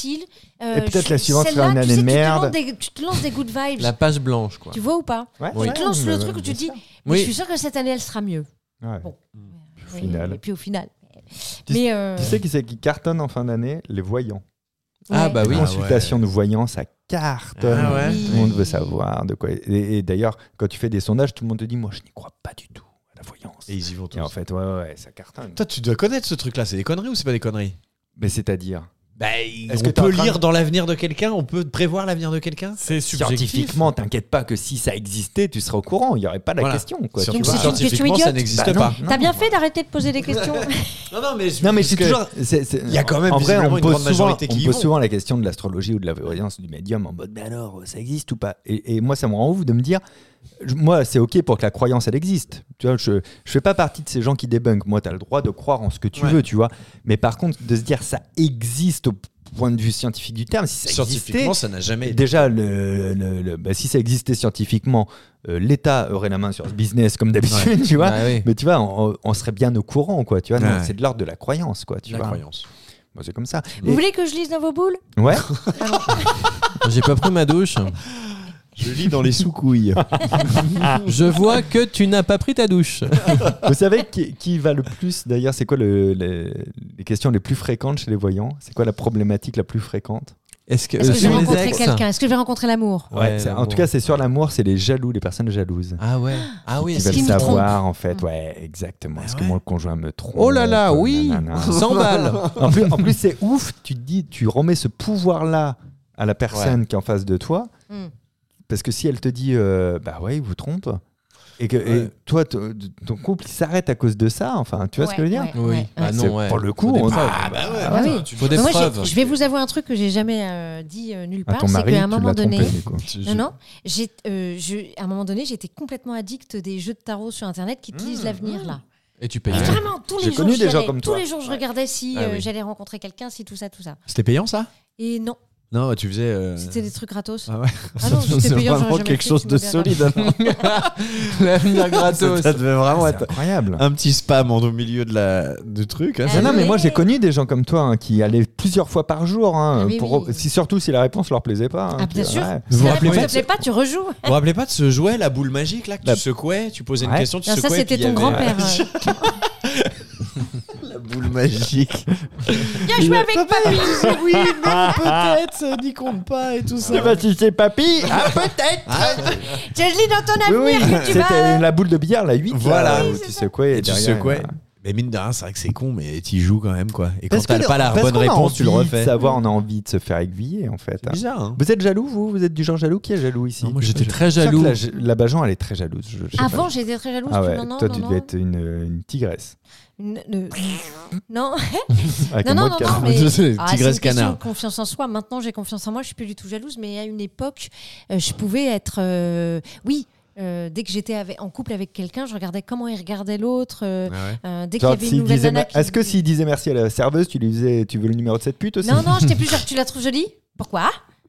[SPEAKER 4] euh,
[SPEAKER 2] Et peut-être
[SPEAKER 4] je-
[SPEAKER 2] la suivante sera
[SPEAKER 4] celle-là,
[SPEAKER 2] une
[SPEAKER 4] tu
[SPEAKER 2] année
[SPEAKER 4] sais,
[SPEAKER 2] de
[SPEAKER 4] tu te
[SPEAKER 2] merde.
[SPEAKER 4] lances des- Tu te lances des good vibes.
[SPEAKER 5] La page blanche, quoi.
[SPEAKER 4] Tu vois ou pas
[SPEAKER 2] Ouais,
[SPEAKER 5] Oui.
[SPEAKER 2] ouais,
[SPEAKER 4] Tu te lances
[SPEAKER 2] mais-
[SPEAKER 4] le truc où tu te dis, mais je suis
[SPEAKER 5] Oui,
[SPEAKER 4] sûr que cette année, elle sera mieux.
[SPEAKER 2] Ouais.
[SPEAKER 4] Bon.
[SPEAKER 2] Au final.
[SPEAKER 4] Et puis au final.
[SPEAKER 2] Tu-
[SPEAKER 4] mais euh,
[SPEAKER 2] Tu sais qui c'est qui cartonne en fin d'année Les voyants.
[SPEAKER 5] Ah
[SPEAKER 4] ouais.
[SPEAKER 5] bah oui.
[SPEAKER 2] Les
[SPEAKER 3] Ah
[SPEAKER 2] consultations de voyants, ça cartonne.
[SPEAKER 3] Ah ouais.
[SPEAKER 2] Tout le monde veut savoir de quoi. Et, et d'ailleurs, quand tu fais des sondages, tout le monde te dit Moi, je n'y crois pas du tout à la voyance.
[SPEAKER 3] et ils y vont tous.
[SPEAKER 2] Et en fait, ouais, ouais, ouais, ça cartonne.
[SPEAKER 3] Toi, tu dois connaître ce truc-là. C'est des conneries ou c'est pas des conneries
[SPEAKER 2] Mais c'est-à-dire
[SPEAKER 3] Bah,
[SPEAKER 2] Est-ce
[SPEAKER 3] Est-ce
[SPEAKER 2] que
[SPEAKER 3] que
[SPEAKER 2] t'es
[SPEAKER 3] peut
[SPEAKER 2] en train
[SPEAKER 3] lire dans l'avenir de quelqu'un On peut prévoir l'avenir de quelqu'un
[SPEAKER 5] c'est
[SPEAKER 2] Scientifiquement, t'inquiète pas que si ça existait, tu serais au courant. Il n'y aurait pas la
[SPEAKER 3] Voilà.
[SPEAKER 2] question. Quoi,
[SPEAKER 3] Surtout
[SPEAKER 2] tu
[SPEAKER 4] Donc,
[SPEAKER 2] vois.
[SPEAKER 4] c'est une
[SPEAKER 3] scientifiquement,
[SPEAKER 4] question
[SPEAKER 3] ça
[SPEAKER 4] idiote.
[SPEAKER 3] n'existe
[SPEAKER 2] Bah non,
[SPEAKER 3] pas.
[SPEAKER 2] non.
[SPEAKER 4] T'as bien fait d'arrêter de poser des questions.
[SPEAKER 3] Non, non, mais je,
[SPEAKER 2] Non, mais
[SPEAKER 3] parce
[SPEAKER 2] c'est
[SPEAKER 3] que-
[SPEAKER 2] toujours. c'est- c'est-
[SPEAKER 3] Il y a quand même
[SPEAKER 2] En vrai,
[SPEAKER 3] visiblement
[SPEAKER 2] on
[SPEAKER 3] une
[SPEAKER 2] pose,
[SPEAKER 3] grande
[SPEAKER 2] souvent,
[SPEAKER 3] majorité
[SPEAKER 2] on
[SPEAKER 3] qui y
[SPEAKER 2] pose
[SPEAKER 3] vont.
[SPEAKER 2] souvent la question de l'astrologie ou de la voyance du médium en mode Mais alors, ça existe ou pas et, et moi, ça me rend ouf de me dire je- Moi, c'est OK pour que la croyance, elle existe. Tu vois, je ne fais pas partie de ces gens qui débunkent. Moi, tu as le droit de croire en ce que tu
[SPEAKER 3] Ouais.
[SPEAKER 2] veux, tu vois. Mais par contre, de se dire Ça existe au point de vue scientifique du terme, si ça existait,
[SPEAKER 3] Scientifiquement, ça n'a jamais été.
[SPEAKER 2] Déjà, le, le- le- bah, si ça existait scientifiquement, euh, l'État aurait la main sur ce business comme d'habitude, tu
[SPEAKER 3] Bah,
[SPEAKER 2] vois.
[SPEAKER 5] Ah oui.
[SPEAKER 2] Mais tu vois, on, on serait bien au courant, quoi. Tu vois, Non,
[SPEAKER 3] Ouais.
[SPEAKER 2] c'est de l'ordre de la croyance, quoi. Tu
[SPEAKER 3] La
[SPEAKER 4] Bah.
[SPEAKER 2] vois.
[SPEAKER 3] croyance.
[SPEAKER 2] Moi, c'est comme ça.
[SPEAKER 4] Vous voulez que je lise dans vos boules
[SPEAKER 2] Ouais.
[SPEAKER 5] J'ai pas pris ma douche.
[SPEAKER 3] Je lis dans les sous-couilles.
[SPEAKER 5] Je vois que tu n'as pas pris ta douche.
[SPEAKER 2] Vous savez qui, qui va le plus D'ailleurs, c'est quoi le- le- les questions les plus fréquentes chez les voyants C'est quoi la problématique la plus fréquente
[SPEAKER 5] Est-ce que,
[SPEAKER 4] Est-ce que
[SPEAKER 5] euh,
[SPEAKER 4] j'ai
[SPEAKER 5] sur les
[SPEAKER 4] rencontré
[SPEAKER 5] ex
[SPEAKER 4] quelqu'un Est-ce que je vais rencontrer l'amour
[SPEAKER 5] Ouais,
[SPEAKER 2] c'est- En
[SPEAKER 5] l'amour.
[SPEAKER 2] tout cas, c'est sur l'amour, c'est les jaloux, les personnes jalouses.
[SPEAKER 5] Ah ouais. Ah oui.
[SPEAKER 2] Qui
[SPEAKER 5] est-ce
[SPEAKER 2] veulent
[SPEAKER 5] qu'il me
[SPEAKER 4] me
[SPEAKER 5] trompe
[SPEAKER 2] savoir, en fait, Hmm. Bah ouais, exactement. Est-ce que
[SPEAKER 3] ouais.
[SPEAKER 2] mon conjoint me trompe
[SPEAKER 5] Oh là là, oui.
[SPEAKER 2] nanana.
[SPEAKER 5] 100 balles.
[SPEAKER 2] En plus, en plus, c'est ouf. Tu te dis, tu remets ce pouvoir-là à la personne qui est en face de toi,
[SPEAKER 4] Hmm.
[SPEAKER 2] parce que si elle te dit, euh, bah ouais, il vous trompe, et que et
[SPEAKER 3] Ouais.
[SPEAKER 2] toi, t- ton couple, il s'arrête à cause de ça. Enfin, tu vois ce que je veux dire Bah,
[SPEAKER 4] Ouais,
[SPEAKER 5] Oui.
[SPEAKER 4] ouais,
[SPEAKER 5] Ah
[SPEAKER 4] ouais.
[SPEAKER 5] non,
[SPEAKER 2] C'est-
[SPEAKER 5] ouais.
[SPEAKER 2] Pour le coup,
[SPEAKER 5] Faut des
[SPEAKER 2] on-
[SPEAKER 5] preuves.
[SPEAKER 4] Ah
[SPEAKER 2] Ah,
[SPEAKER 4] oui.
[SPEAKER 5] Faut des
[SPEAKER 4] Mais moi, j'ai-
[SPEAKER 5] preuves.
[SPEAKER 4] je vais vous avouer un truc que j'ai jamais euh, dit euh, nulle
[SPEAKER 2] à
[SPEAKER 4] part,
[SPEAKER 2] Ah, ton
[SPEAKER 4] c'est
[SPEAKER 2] mari,
[SPEAKER 4] qu'à un
[SPEAKER 2] tu
[SPEAKER 4] moment
[SPEAKER 2] l'as
[SPEAKER 4] donné,
[SPEAKER 2] trompé. du coup.
[SPEAKER 4] non non, j'ai, euh, je- à un moment donné, j'étais complètement addict des jeux de tarot sur internet qui te lisent l'avenir là.
[SPEAKER 5] Et tu payes.
[SPEAKER 4] Et
[SPEAKER 3] Ah.
[SPEAKER 4] vraiment tous les
[SPEAKER 2] Mmh. J'ai
[SPEAKER 4] jours,
[SPEAKER 2] connu
[SPEAKER 4] j'y
[SPEAKER 2] des gens
[SPEAKER 4] allais.
[SPEAKER 2] comme
[SPEAKER 4] tous
[SPEAKER 2] toi.
[SPEAKER 4] les jours, je regardais si
[SPEAKER 5] Ah
[SPEAKER 4] euh,
[SPEAKER 5] oui.
[SPEAKER 4] j'allais rencontrer quelqu'un, si tout ça, tout ça.
[SPEAKER 3] C'était payant ça
[SPEAKER 4] Et non,
[SPEAKER 3] Non, tu faisais. euh,
[SPEAKER 4] c'était des trucs gratos.
[SPEAKER 3] Ah ouais.
[SPEAKER 4] Ah non, c'était
[SPEAKER 3] C'est
[SPEAKER 4] payant, j'aurais
[SPEAKER 3] vraiment
[SPEAKER 4] jamais
[SPEAKER 3] quelque
[SPEAKER 4] fait,
[SPEAKER 3] chose
[SPEAKER 4] tu
[SPEAKER 3] de
[SPEAKER 4] me verras.
[SPEAKER 3] solide. alors.
[SPEAKER 5] L'avenir gratos.
[SPEAKER 3] ça devait vraiment
[SPEAKER 2] C'est
[SPEAKER 3] être
[SPEAKER 2] incroyable.
[SPEAKER 3] un petit spam en- au milieu de la du truc. hein.
[SPEAKER 4] Ah
[SPEAKER 2] Non, non, mais
[SPEAKER 4] oui.
[SPEAKER 2] moi j'ai connu des gens comme toi hein, qui allaient plusieurs fois par jour, hein,
[SPEAKER 4] Ah oui,
[SPEAKER 2] pour-
[SPEAKER 4] oui.
[SPEAKER 2] si, surtout si la réponse leur plaisait pas. hein,
[SPEAKER 4] Ah,
[SPEAKER 2] tu
[SPEAKER 4] bien
[SPEAKER 2] vois,
[SPEAKER 4] sûr.
[SPEAKER 2] ouais.
[SPEAKER 3] Vous
[SPEAKER 4] Si
[SPEAKER 3] vous
[SPEAKER 4] la
[SPEAKER 3] rappelez
[SPEAKER 4] réponse
[SPEAKER 3] pas
[SPEAKER 4] te
[SPEAKER 3] de
[SPEAKER 4] plaît pas, tu rejoues.
[SPEAKER 3] Vous vous rappelez pas de ce jouet, la boule magique là que
[SPEAKER 2] La-
[SPEAKER 3] tu secouais, tu posais une
[SPEAKER 2] Bah, Ouais.
[SPEAKER 3] question, tu
[SPEAKER 4] Non, ça,
[SPEAKER 3] secouais.
[SPEAKER 4] c'était
[SPEAKER 3] puis il
[SPEAKER 4] ton
[SPEAKER 3] y avait-
[SPEAKER 4] grand-père.
[SPEAKER 3] la boule magique.
[SPEAKER 4] Viens jouer avec papy.
[SPEAKER 3] oui, non, peut-être, euh, n'y compte pas et tout ça.
[SPEAKER 2] Je sais pas si c'est papy. Ah, peut-être.
[SPEAKER 4] Je lis dans ton
[SPEAKER 2] Oui,
[SPEAKER 4] avenir
[SPEAKER 2] oui.
[SPEAKER 4] Ah, que tu
[SPEAKER 2] C'était
[SPEAKER 4] vas. euh.
[SPEAKER 2] la boule de billard, la 8.
[SPEAKER 3] Voilà.
[SPEAKER 2] là,
[SPEAKER 3] Oui,
[SPEAKER 2] où
[SPEAKER 3] c'est
[SPEAKER 2] tu
[SPEAKER 3] ça.
[SPEAKER 2] secouais.
[SPEAKER 3] Et tu
[SPEAKER 2] derrière,
[SPEAKER 3] secouais.
[SPEAKER 2] voilà.
[SPEAKER 3] Mais mine de rien, c'est vrai que c'est con, mais t'y joues quand même, quoi. Et quand
[SPEAKER 2] Parce
[SPEAKER 3] t'as
[SPEAKER 2] que-
[SPEAKER 3] pas la
[SPEAKER 2] parce
[SPEAKER 3] bonne
[SPEAKER 2] qu'on a
[SPEAKER 3] réponse, tu le
[SPEAKER 2] envie de
[SPEAKER 3] refais.
[SPEAKER 2] savoir, on a envie de se faire aiguiller, en fait.
[SPEAKER 3] C'est bizarre, hein.
[SPEAKER 2] Vous êtes jaloux, vous Vous êtes du genre jaloux Qui est jaloux ici
[SPEAKER 3] Non, moi, j'étais
[SPEAKER 5] J'étais très
[SPEAKER 2] Je sens que
[SPEAKER 5] jaloux.
[SPEAKER 2] La, la Bajan, elle est très jalouse. je- je sais
[SPEAKER 4] Avant,
[SPEAKER 2] pas.
[SPEAKER 4] j'étais très jalouse.
[SPEAKER 2] ah
[SPEAKER 4] tu-
[SPEAKER 2] ouais,
[SPEAKER 4] non, non,
[SPEAKER 2] toi,
[SPEAKER 4] non,
[SPEAKER 2] tu
[SPEAKER 4] non.
[SPEAKER 2] devais être une, euh, une tigresse.
[SPEAKER 4] Une- une- Non,
[SPEAKER 2] Avec
[SPEAKER 4] non,
[SPEAKER 2] un
[SPEAKER 4] non,
[SPEAKER 2] mode
[SPEAKER 4] non,
[SPEAKER 2] cadavre.
[SPEAKER 4] non, mais
[SPEAKER 3] Je sais,
[SPEAKER 4] Ah, c'est
[SPEAKER 3] tigresse
[SPEAKER 4] une question
[SPEAKER 3] canard.
[SPEAKER 4] de confiance en soi. Maintenant, j'ai confiance en moi. Je suis plus du tout jalouse, mais à une époque, euh, je pouvais être, euh, oui. euh, dès que j'étais avec- en couple avec quelqu'un, je regardais comment il regardait l'autre. euh,
[SPEAKER 2] Ah
[SPEAKER 4] euh, dès qu'il y
[SPEAKER 2] Genre,
[SPEAKER 4] avait une
[SPEAKER 2] s'il
[SPEAKER 4] nouvelle
[SPEAKER 2] disait-
[SPEAKER 4] nana qui-
[SPEAKER 2] Est-ce que s'il disait merci à la serveuse, tu lui faisais tu veux le numéro de cette pute aussi
[SPEAKER 4] Non, non, j'étais plus genre, tu la trouves jolie Pourquoi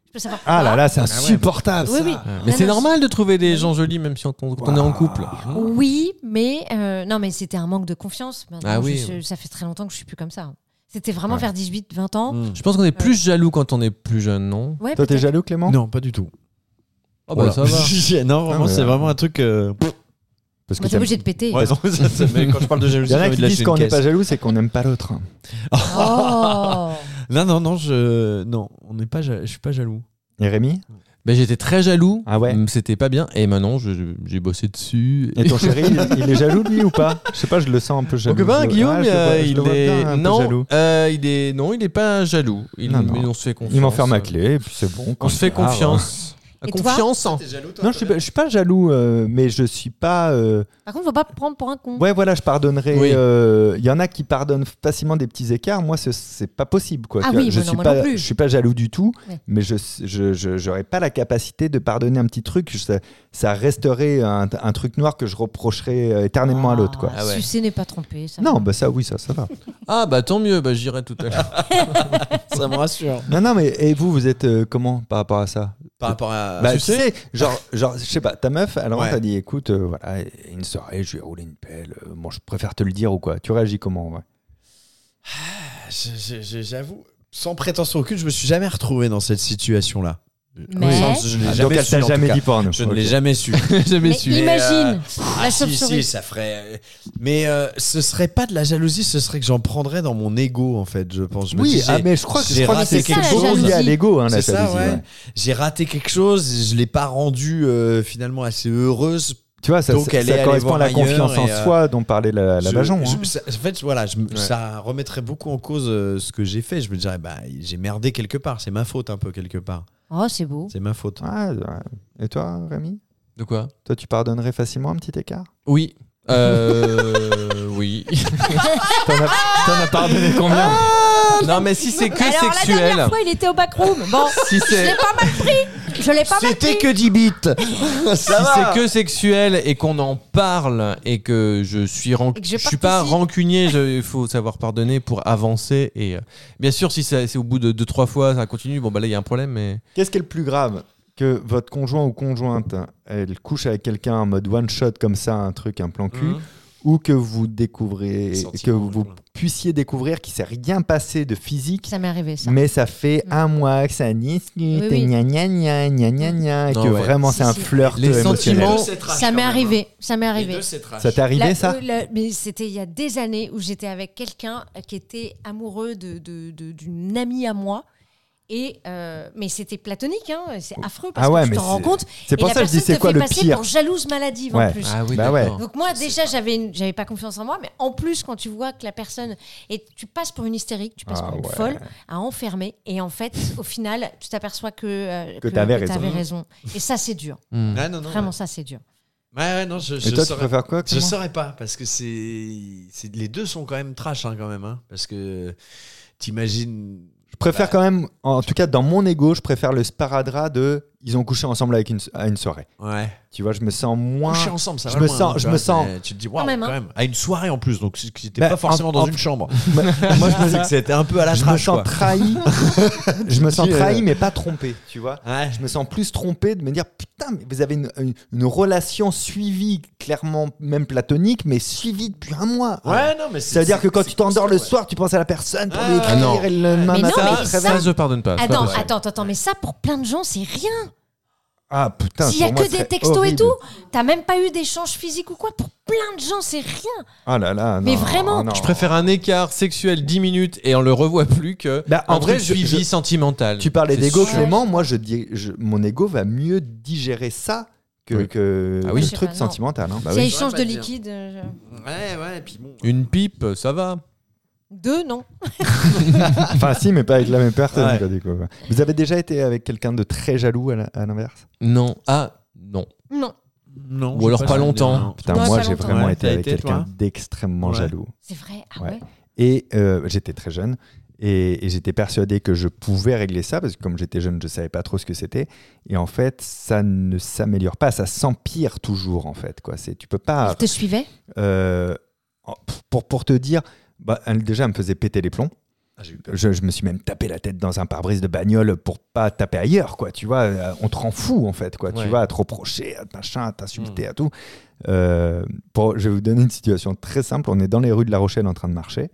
[SPEAKER 4] Je peux savoir pourquoi
[SPEAKER 2] Ah là là, c'est insupportable.
[SPEAKER 4] Oui, oui.
[SPEAKER 5] Mais
[SPEAKER 4] Non,
[SPEAKER 5] c'est
[SPEAKER 4] non,
[SPEAKER 5] normal de trouver des gens jolis même si on, quand on est en couple.
[SPEAKER 4] Oui, mais euh, non, mais c'était un manque de confiance. Maintenant,
[SPEAKER 5] Ah
[SPEAKER 4] je-
[SPEAKER 5] oui.
[SPEAKER 4] je- ça fait très longtemps que je suis plus comme ça. hein. C'était vraiment vers 18, 20 ans.
[SPEAKER 2] Hmm.
[SPEAKER 5] Je pense qu'on est plus jaloux quand on est plus jeune, non
[SPEAKER 4] Ouais,
[SPEAKER 2] Mm. Toi, t'es
[SPEAKER 4] peut-être.
[SPEAKER 2] jaloux, Clément
[SPEAKER 3] Non, pas du tout. Oh
[SPEAKER 5] Ah bah ça va.
[SPEAKER 3] non,
[SPEAKER 2] Non,
[SPEAKER 3] vraiment,
[SPEAKER 2] mais-
[SPEAKER 3] c'est vraiment un truc. euh,
[SPEAKER 2] Parce que
[SPEAKER 4] Moi, t'es
[SPEAKER 2] t'aimes-
[SPEAKER 4] obligé de péter.
[SPEAKER 3] Ouais, non, ça, ça- mais quand je parle de
[SPEAKER 2] il
[SPEAKER 3] jalousie,
[SPEAKER 2] y en
[SPEAKER 3] j'ai
[SPEAKER 2] a
[SPEAKER 3] envie
[SPEAKER 2] qui
[SPEAKER 3] de lâcher
[SPEAKER 2] disent
[SPEAKER 3] une
[SPEAKER 2] qu'on n'est
[SPEAKER 3] caisse.
[SPEAKER 2] pas jaloux, c'est qu'on n'aime pas l'autre.
[SPEAKER 4] Oh
[SPEAKER 3] Non, non, non, je, non, on n'est pas, ja- je suis pas jaloux.
[SPEAKER 2] Et Rémi
[SPEAKER 5] Ben, j'étais très jaloux.
[SPEAKER 2] Ah ouais.
[SPEAKER 5] Mm, C'était pas bien. Et maintenant, je- je- j'ai bossé dessus.
[SPEAKER 2] Et ton chéri, il, il est jaloux de lui ou pas Je sais pas, je le sens un peu
[SPEAKER 5] Mon
[SPEAKER 2] jaloux.
[SPEAKER 5] copain
[SPEAKER 2] Je-
[SPEAKER 5] Guillaume,
[SPEAKER 2] ah, je le vois-
[SPEAKER 5] euh,
[SPEAKER 2] je le
[SPEAKER 5] il
[SPEAKER 2] vois bien
[SPEAKER 5] est
[SPEAKER 2] un peu jaloux.
[SPEAKER 5] non, euh, il est non, il est pas jaloux. Il
[SPEAKER 2] Non, non.
[SPEAKER 5] mais on se fait confiance.
[SPEAKER 2] Il m'enferme à clé, et puis c'est bon.
[SPEAKER 5] On
[SPEAKER 2] comme
[SPEAKER 5] se fait
[SPEAKER 2] ça, Ah,
[SPEAKER 5] confiance.
[SPEAKER 4] Et toi
[SPEAKER 5] confiance. hein. en-
[SPEAKER 2] ouais. Non, je suis, pas- je suis pas jaloux, euh, mais je suis pas. euh,
[SPEAKER 4] Par contre, faut pas prendre pour un con.
[SPEAKER 2] Ouais, voilà, je pardonnerai.
[SPEAKER 5] Oui.
[SPEAKER 2] euh, Il y en a qui pardonnent facilement des petits écarts. Moi, ce- c'est pas possible. Quoi.
[SPEAKER 4] Ah
[SPEAKER 2] Tu vois,
[SPEAKER 4] oui,
[SPEAKER 2] je
[SPEAKER 4] moi non,
[SPEAKER 2] suis
[SPEAKER 4] moi
[SPEAKER 2] pas,
[SPEAKER 4] non plus.
[SPEAKER 2] je suis pas jaloux du tout,
[SPEAKER 4] Ouais.
[SPEAKER 2] mais je je- je- j'aurais pas la capacité de pardonner un petit truc. Je- Ça, ça resterait un, un truc noir que je reprocherais euh, éternellement à l'autre. quoi.
[SPEAKER 5] Ah ouais.
[SPEAKER 4] Sucer n'est pas trompé. Ça
[SPEAKER 2] Non,
[SPEAKER 4] va.
[SPEAKER 2] bah ça, oui, ça, ça va.
[SPEAKER 5] Ah bah tant mieux. Bah j'irai tout à l'heure.
[SPEAKER 3] Ça me rassure.
[SPEAKER 2] non, non, mais et vous, vous êtes euh, comment par rapport à ça
[SPEAKER 3] Par rapport à.
[SPEAKER 2] Bah,
[SPEAKER 3] tu
[SPEAKER 2] tu
[SPEAKER 3] sais,
[SPEAKER 2] sais, genre, genre, je sais pas, ta meuf, alors
[SPEAKER 3] Ouais.
[SPEAKER 2] t'as dit, écoute, euh, voilà, une soirée, je vais rouler une pelle. euh, bon, je préfère te le dire ou quoi. Tu réagis comment ouais
[SPEAKER 3] je- je- je- j'avoue, sans prétention aucune, je me suis jamais retrouvé dans cette situation-là.
[SPEAKER 4] Mais-
[SPEAKER 3] Au sens, je l'ai
[SPEAKER 2] Ah, Donc
[SPEAKER 3] jamais
[SPEAKER 2] elle
[SPEAKER 3] su,
[SPEAKER 2] t'a
[SPEAKER 3] en tout
[SPEAKER 2] jamais
[SPEAKER 3] cas.
[SPEAKER 2] dit porno.
[SPEAKER 3] Je ne
[SPEAKER 2] Ok.
[SPEAKER 3] l'ai jamais su.
[SPEAKER 5] jamais
[SPEAKER 4] Mais
[SPEAKER 5] su.
[SPEAKER 2] euh,
[SPEAKER 4] imagine
[SPEAKER 3] Ah,
[SPEAKER 4] la
[SPEAKER 3] si, si,
[SPEAKER 4] chauve-souris.
[SPEAKER 3] ça ferait. Mais euh, ce serait pas de la jalousie, ce serait que j'en prendrais dans mon ego, en fait, je pense. Je me
[SPEAKER 2] Oui,
[SPEAKER 3] dis,
[SPEAKER 2] ah,
[SPEAKER 3] j'ai-
[SPEAKER 2] mais je crois que
[SPEAKER 3] j'ai
[SPEAKER 2] je crois que
[SPEAKER 3] raté
[SPEAKER 2] c'est
[SPEAKER 4] quelque
[SPEAKER 2] quelque
[SPEAKER 4] chose.
[SPEAKER 2] chose lié à l'ego, hein, la
[SPEAKER 3] C'est ça,
[SPEAKER 2] jalousie.
[SPEAKER 3] ouais.
[SPEAKER 2] ouais.
[SPEAKER 3] J'ai raté quelque chose, je l'ai pas rendue euh, finalement assez heureuse.
[SPEAKER 2] Tu vois, ça,
[SPEAKER 3] Donc,
[SPEAKER 2] ça-
[SPEAKER 3] elle
[SPEAKER 2] ça
[SPEAKER 3] est allée
[SPEAKER 2] correspond à la
[SPEAKER 3] voir ailleurs
[SPEAKER 2] confiance en
[SPEAKER 3] et, euh,
[SPEAKER 2] soi dont parlait la, la
[SPEAKER 3] Je-
[SPEAKER 2] Bajon.
[SPEAKER 3] je-
[SPEAKER 2] hein.
[SPEAKER 3] ça- en fait, voilà, je me- ça remettrait beaucoup en cause euh, ce que j'ai fait. Je me dirais, bah, j'ai merdé quelque part. C'est ma faute un peu quelque part.
[SPEAKER 4] Oh, c'est beau.
[SPEAKER 3] C'est ma faute.
[SPEAKER 2] Ah, ouais. Et toi, Rémi
[SPEAKER 5] De quoi
[SPEAKER 2] Toi, tu pardonnerais facilement un petit écart
[SPEAKER 5] Oui. Euh, oui.
[SPEAKER 2] T'en as, t'en as pardonné combien
[SPEAKER 5] Non, mais si c'est que
[SPEAKER 4] Ah, Alors, la
[SPEAKER 5] sexuel.
[SPEAKER 4] dernière fois, il était au backroom. Bon,
[SPEAKER 5] Si
[SPEAKER 4] je l'ai
[SPEAKER 5] c'est
[SPEAKER 4] pas mal pris. Je l'ai pas mal pris.
[SPEAKER 3] C'était que 10 bits.
[SPEAKER 5] si c'est que sexuel et qu'on en parle et que je suis ran-
[SPEAKER 4] Et que je
[SPEAKER 5] suis pas
[SPEAKER 4] participe.
[SPEAKER 5] rancunier, je- il faut savoir pardonner pour avancer et euh, bien sûr si ça- c'est au bout de deux trois fois ça continue bon bah là il y a un problème mais
[SPEAKER 2] Qu'est-ce qui est le plus grave Que votre conjoint ou conjointe, elle couche avec quelqu'un en mode one shot comme ça, un truc, un plan
[SPEAKER 3] Mhm.
[SPEAKER 2] cul, ou que vous découvrez, que
[SPEAKER 3] Sentiment,
[SPEAKER 2] vous
[SPEAKER 3] voilà.
[SPEAKER 2] puissiez découvrir qu'il s'est rien passé de physique.
[SPEAKER 4] Ça m'est arrivé, ça.
[SPEAKER 2] Mais ça fait
[SPEAKER 4] Mm.
[SPEAKER 2] un mois que ça discute
[SPEAKER 4] Oui,
[SPEAKER 2] et
[SPEAKER 4] oui.
[SPEAKER 2] gna gna gna gna gna gna, et
[SPEAKER 5] Non,
[SPEAKER 2] que
[SPEAKER 5] ouais.
[SPEAKER 2] vraiment
[SPEAKER 4] Si,
[SPEAKER 2] c'est un
[SPEAKER 4] si.
[SPEAKER 2] flirt
[SPEAKER 5] Les
[SPEAKER 2] émotionnel.
[SPEAKER 5] sentiments-
[SPEAKER 4] Ça m'est arrivé.
[SPEAKER 2] hein.
[SPEAKER 4] Ça m'est arrivé.
[SPEAKER 2] Ça t'est arrivé
[SPEAKER 4] La-
[SPEAKER 2] ça
[SPEAKER 4] euh, la- Mais c'était il y a des années où j'étais avec quelqu'un euh, qui était amoureux de- de- de- d'une amie à moi. Et euh, mais c'était platonique, hein, c'est affreux parce
[SPEAKER 2] Ah ouais,
[SPEAKER 4] que tu
[SPEAKER 2] mais
[SPEAKER 4] t'en rends
[SPEAKER 2] c'est-
[SPEAKER 4] compte.
[SPEAKER 2] C'est
[SPEAKER 4] et
[SPEAKER 2] pour
[SPEAKER 4] la
[SPEAKER 2] ça que je dis
[SPEAKER 4] personne
[SPEAKER 2] c'est
[SPEAKER 4] te
[SPEAKER 2] quoi
[SPEAKER 4] fait
[SPEAKER 2] le
[SPEAKER 4] passer
[SPEAKER 2] pire
[SPEAKER 4] pour jalouse maladive
[SPEAKER 2] Ouais.
[SPEAKER 4] en plus.
[SPEAKER 5] ah oui
[SPEAKER 2] Bah ouais.
[SPEAKER 5] d'accord.
[SPEAKER 4] Donc moi déjà j'avais une- j'avais pas confiance en moi, mais en plus quand tu vois que la personne et tu passes pour une hystérique, tu passes
[SPEAKER 2] Ah
[SPEAKER 4] pour une
[SPEAKER 2] ouais.
[SPEAKER 4] folle, à enfermer et en fait au final tu t'aperçois que euh,
[SPEAKER 2] Que t'avais raison.
[SPEAKER 4] t'avais raison. Et ça c'est dur,
[SPEAKER 5] Hmm.
[SPEAKER 3] Ah non, non.
[SPEAKER 4] vraiment ça c'est dur.
[SPEAKER 3] Ouais, ouais, non, je,
[SPEAKER 2] Et
[SPEAKER 3] je
[SPEAKER 2] toi tu
[SPEAKER 3] saurais-
[SPEAKER 2] préfères quoi
[SPEAKER 3] Je
[SPEAKER 2] Clément
[SPEAKER 3] saurais pas, parce que c'est. c'est- Les deux sont quand même trash, hein, quand même. hein, parce que t'imagines.
[SPEAKER 2] Je préfère quand même, en tout cas dans mon ego, je préfère le sparadrap de ils ont couché ensemble avec une, à une soirée.
[SPEAKER 3] Ouais.
[SPEAKER 2] Tu vois, je me sens moins.
[SPEAKER 3] Coucher ensemble, ça
[SPEAKER 2] je
[SPEAKER 3] va
[SPEAKER 2] me
[SPEAKER 3] loin,
[SPEAKER 2] sens-
[SPEAKER 3] hein, tu
[SPEAKER 2] je
[SPEAKER 3] vois,
[SPEAKER 2] me sens-
[SPEAKER 3] mais Tu te dis, waouh, quand,
[SPEAKER 4] même, hein.
[SPEAKER 3] même. À une soirée en plus, donc c'était
[SPEAKER 2] Bah,
[SPEAKER 3] pas forcément
[SPEAKER 2] en-
[SPEAKER 3] dans
[SPEAKER 2] en-
[SPEAKER 3] une chambre.
[SPEAKER 2] Moi,
[SPEAKER 3] Moi, je me disais que c'était un peu à la
[SPEAKER 2] je me
[SPEAKER 3] trash.
[SPEAKER 2] sens
[SPEAKER 3] quoi.
[SPEAKER 2] trahi. je me sens
[SPEAKER 3] Dis, euh,
[SPEAKER 2] trahi, mais pas trompé. Tu vois.
[SPEAKER 3] Ouais.
[SPEAKER 2] Je me sens plus trompé de me dire putain, mais vous avez une, une- une relation suivie, clairement même platonique, mais suivie depuis un mois.
[SPEAKER 3] Ouais, non, mais c'est-
[SPEAKER 2] Ça veut dire que
[SPEAKER 3] c'est-
[SPEAKER 2] quand
[SPEAKER 3] c'est
[SPEAKER 2] tu t'endors
[SPEAKER 3] costaud,
[SPEAKER 2] le
[SPEAKER 3] ouais.
[SPEAKER 2] soir, tu penses à la personne pour
[SPEAKER 3] Ah,
[SPEAKER 2] lui écrire
[SPEAKER 5] non.
[SPEAKER 2] et le lendemain
[SPEAKER 4] Mais non,
[SPEAKER 2] matin.
[SPEAKER 4] mais ça-
[SPEAKER 5] ça, ça, je pardonne pas c'est pas
[SPEAKER 4] Attends,
[SPEAKER 5] possible.
[SPEAKER 4] attends, attends, mais ça pour plein de gens c'est rien.
[SPEAKER 2] Ah putain,
[SPEAKER 4] S'il y a
[SPEAKER 2] pour moi,
[SPEAKER 4] que
[SPEAKER 2] ce
[SPEAKER 4] des
[SPEAKER 2] serait
[SPEAKER 4] textos et
[SPEAKER 2] horrible.
[SPEAKER 4] tout, t'as même pas eu d'échanges physiques ou quoi. Pour plein de gens, c'est rien.
[SPEAKER 2] Ah là là,
[SPEAKER 4] Mais
[SPEAKER 2] non,
[SPEAKER 4] vraiment,
[SPEAKER 2] non.
[SPEAKER 5] je préfère un écart sexuel 10 minutes et on le revoit plus que
[SPEAKER 2] Bah, en
[SPEAKER 5] en vrai
[SPEAKER 2] truc, je-
[SPEAKER 5] suivi
[SPEAKER 2] je-
[SPEAKER 5] sentimental
[SPEAKER 2] Tu parlais
[SPEAKER 5] C'est
[SPEAKER 2] d'ego,
[SPEAKER 5] sûr.
[SPEAKER 2] Clément. Moi, je dis, je- mon ego va mieux digérer ça que,
[SPEAKER 5] Oui.
[SPEAKER 2] que
[SPEAKER 5] Ah oui.
[SPEAKER 2] le
[SPEAKER 4] Je sais
[SPEAKER 2] truc
[SPEAKER 4] pas, non.
[SPEAKER 2] sentimental. hein. Bah
[SPEAKER 4] S'il y
[SPEAKER 2] oui.
[SPEAKER 4] a échange
[SPEAKER 3] Ouais,
[SPEAKER 4] de
[SPEAKER 3] pas bien.
[SPEAKER 4] liquide, euh,
[SPEAKER 3] Ouais, ouais, et puis bon.
[SPEAKER 5] une pipe ça va
[SPEAKER 4] deux, non.
[SPEAKER 2] Enfin, si, mais pas avec la même personne.
[SPEAKER 3] Ouais.
[SPEAKER 2] quoi, du coup. Vous avez déjà été avec quelqu'un de très jaloux à la- à l'inverse
[SPEAKER 5] non ah non
[SPEAKER 4] Non,
[SPEAKER 3] Non.
[SPEAKER 5] Ou
[SPEAKER 3] je
[SPEAKER 5] alors
[SPEAKER 3] sais
[SPEAKER 5] pas
[SPEAKER 3] ça me dit
[SPEAKER 5] longtemps.
[SPEAKER 3] rien.
[SPEAKER 2] Putain,
[SPEAKER 4] Non,
[SPEAKER 2] moi,
[SPEAKER 4] pas
[SPEAKER 2] j'ai
[SPEAKER 4] longtemps.
[SPEAKER 2] vraiment
[SPEAKER 3] Ouais,
[SPEAKER 2] été
[SPEAKER 3] t'as
[SPEAKER 2] avec
[SPEAKER 3] été,
[SPEAKER 2] quelqu'un
[SPEAKER 3] toi
[SPEAKER 2] d'extrêmement
[SPEAKER 3] Ouais.
[SPEAKER 2] jaloux.
[SPEAKER 4] c'est vrai. Ah
[SPEAKER 2] Ouais.
[SPEAKER 4] ouais.
[SPEAKER 2] Et euh, j'étais très jeune. Et, et j'étais persuadé que je pouvais régler ça, parce que comme j'étais jeune, je savais pas trop ce que c'était. Et en fait, ça ne s'améliore pas, ça s'empire toujours, en fait. Quoi. C'est- Tu peux
[SPEAKER 4] Il
[SPEAKER 2] pas.
[SPEAKER 4] te suivait
[SPEAKER 2] euh, en- pour, pour te dire, bah, elle, déjà, elle me faisait péter les plombs.
[SPEAKER 3] Ah, j'ai eu peur.
[SPEAKER 2] Je, je me suis même tapé la tête dans un pare-brise de bagnole pour pas taper ailleurs, quoi. Tu vois, euh, on te rend fou, en fait, quoi.
[SPEAKER 5] Ouais.
[SPEAKER 2] Tu vas à te reprocher, à machin, à t'insulter, à tout. Euh, pour- je vais vous donner une situation très simple. On est dans les rues de La Rochelle en train de marcher.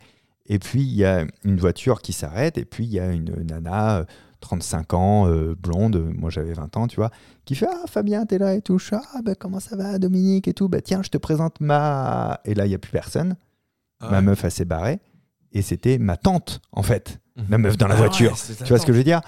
[SPEAKER 2] Et puis, il y a une voiture qui s'arrête. Et puis, il y a une nana, euh, 35 ans, euh, blonde. euh, Moi, j'avais 20 ans, tu vois, qui fait Ah, Fabien, t'es là et tout. Je suis, Ah, bah, comment ça va, Dominique et tout. Bah, tiens, je te présente ma. Et là, il n'y a plus personne.
[SPEAKER 3] Ah
[SPEAKER 2] Ma
[SPEAKER 3] ouais.
[SPEAKER 2] meuf, elle s'est barrée. Et c'était ma tante, en fait, la meuf dans la
[SPEAKER 3] Ah
[SPEAKER 2] voiture.
[SPEAKER 3] ouais, c'est
[SPEAKER 2] Tu vois ce que
[SPEAKER 3] attends.
[SPEAKER 2] je veux dire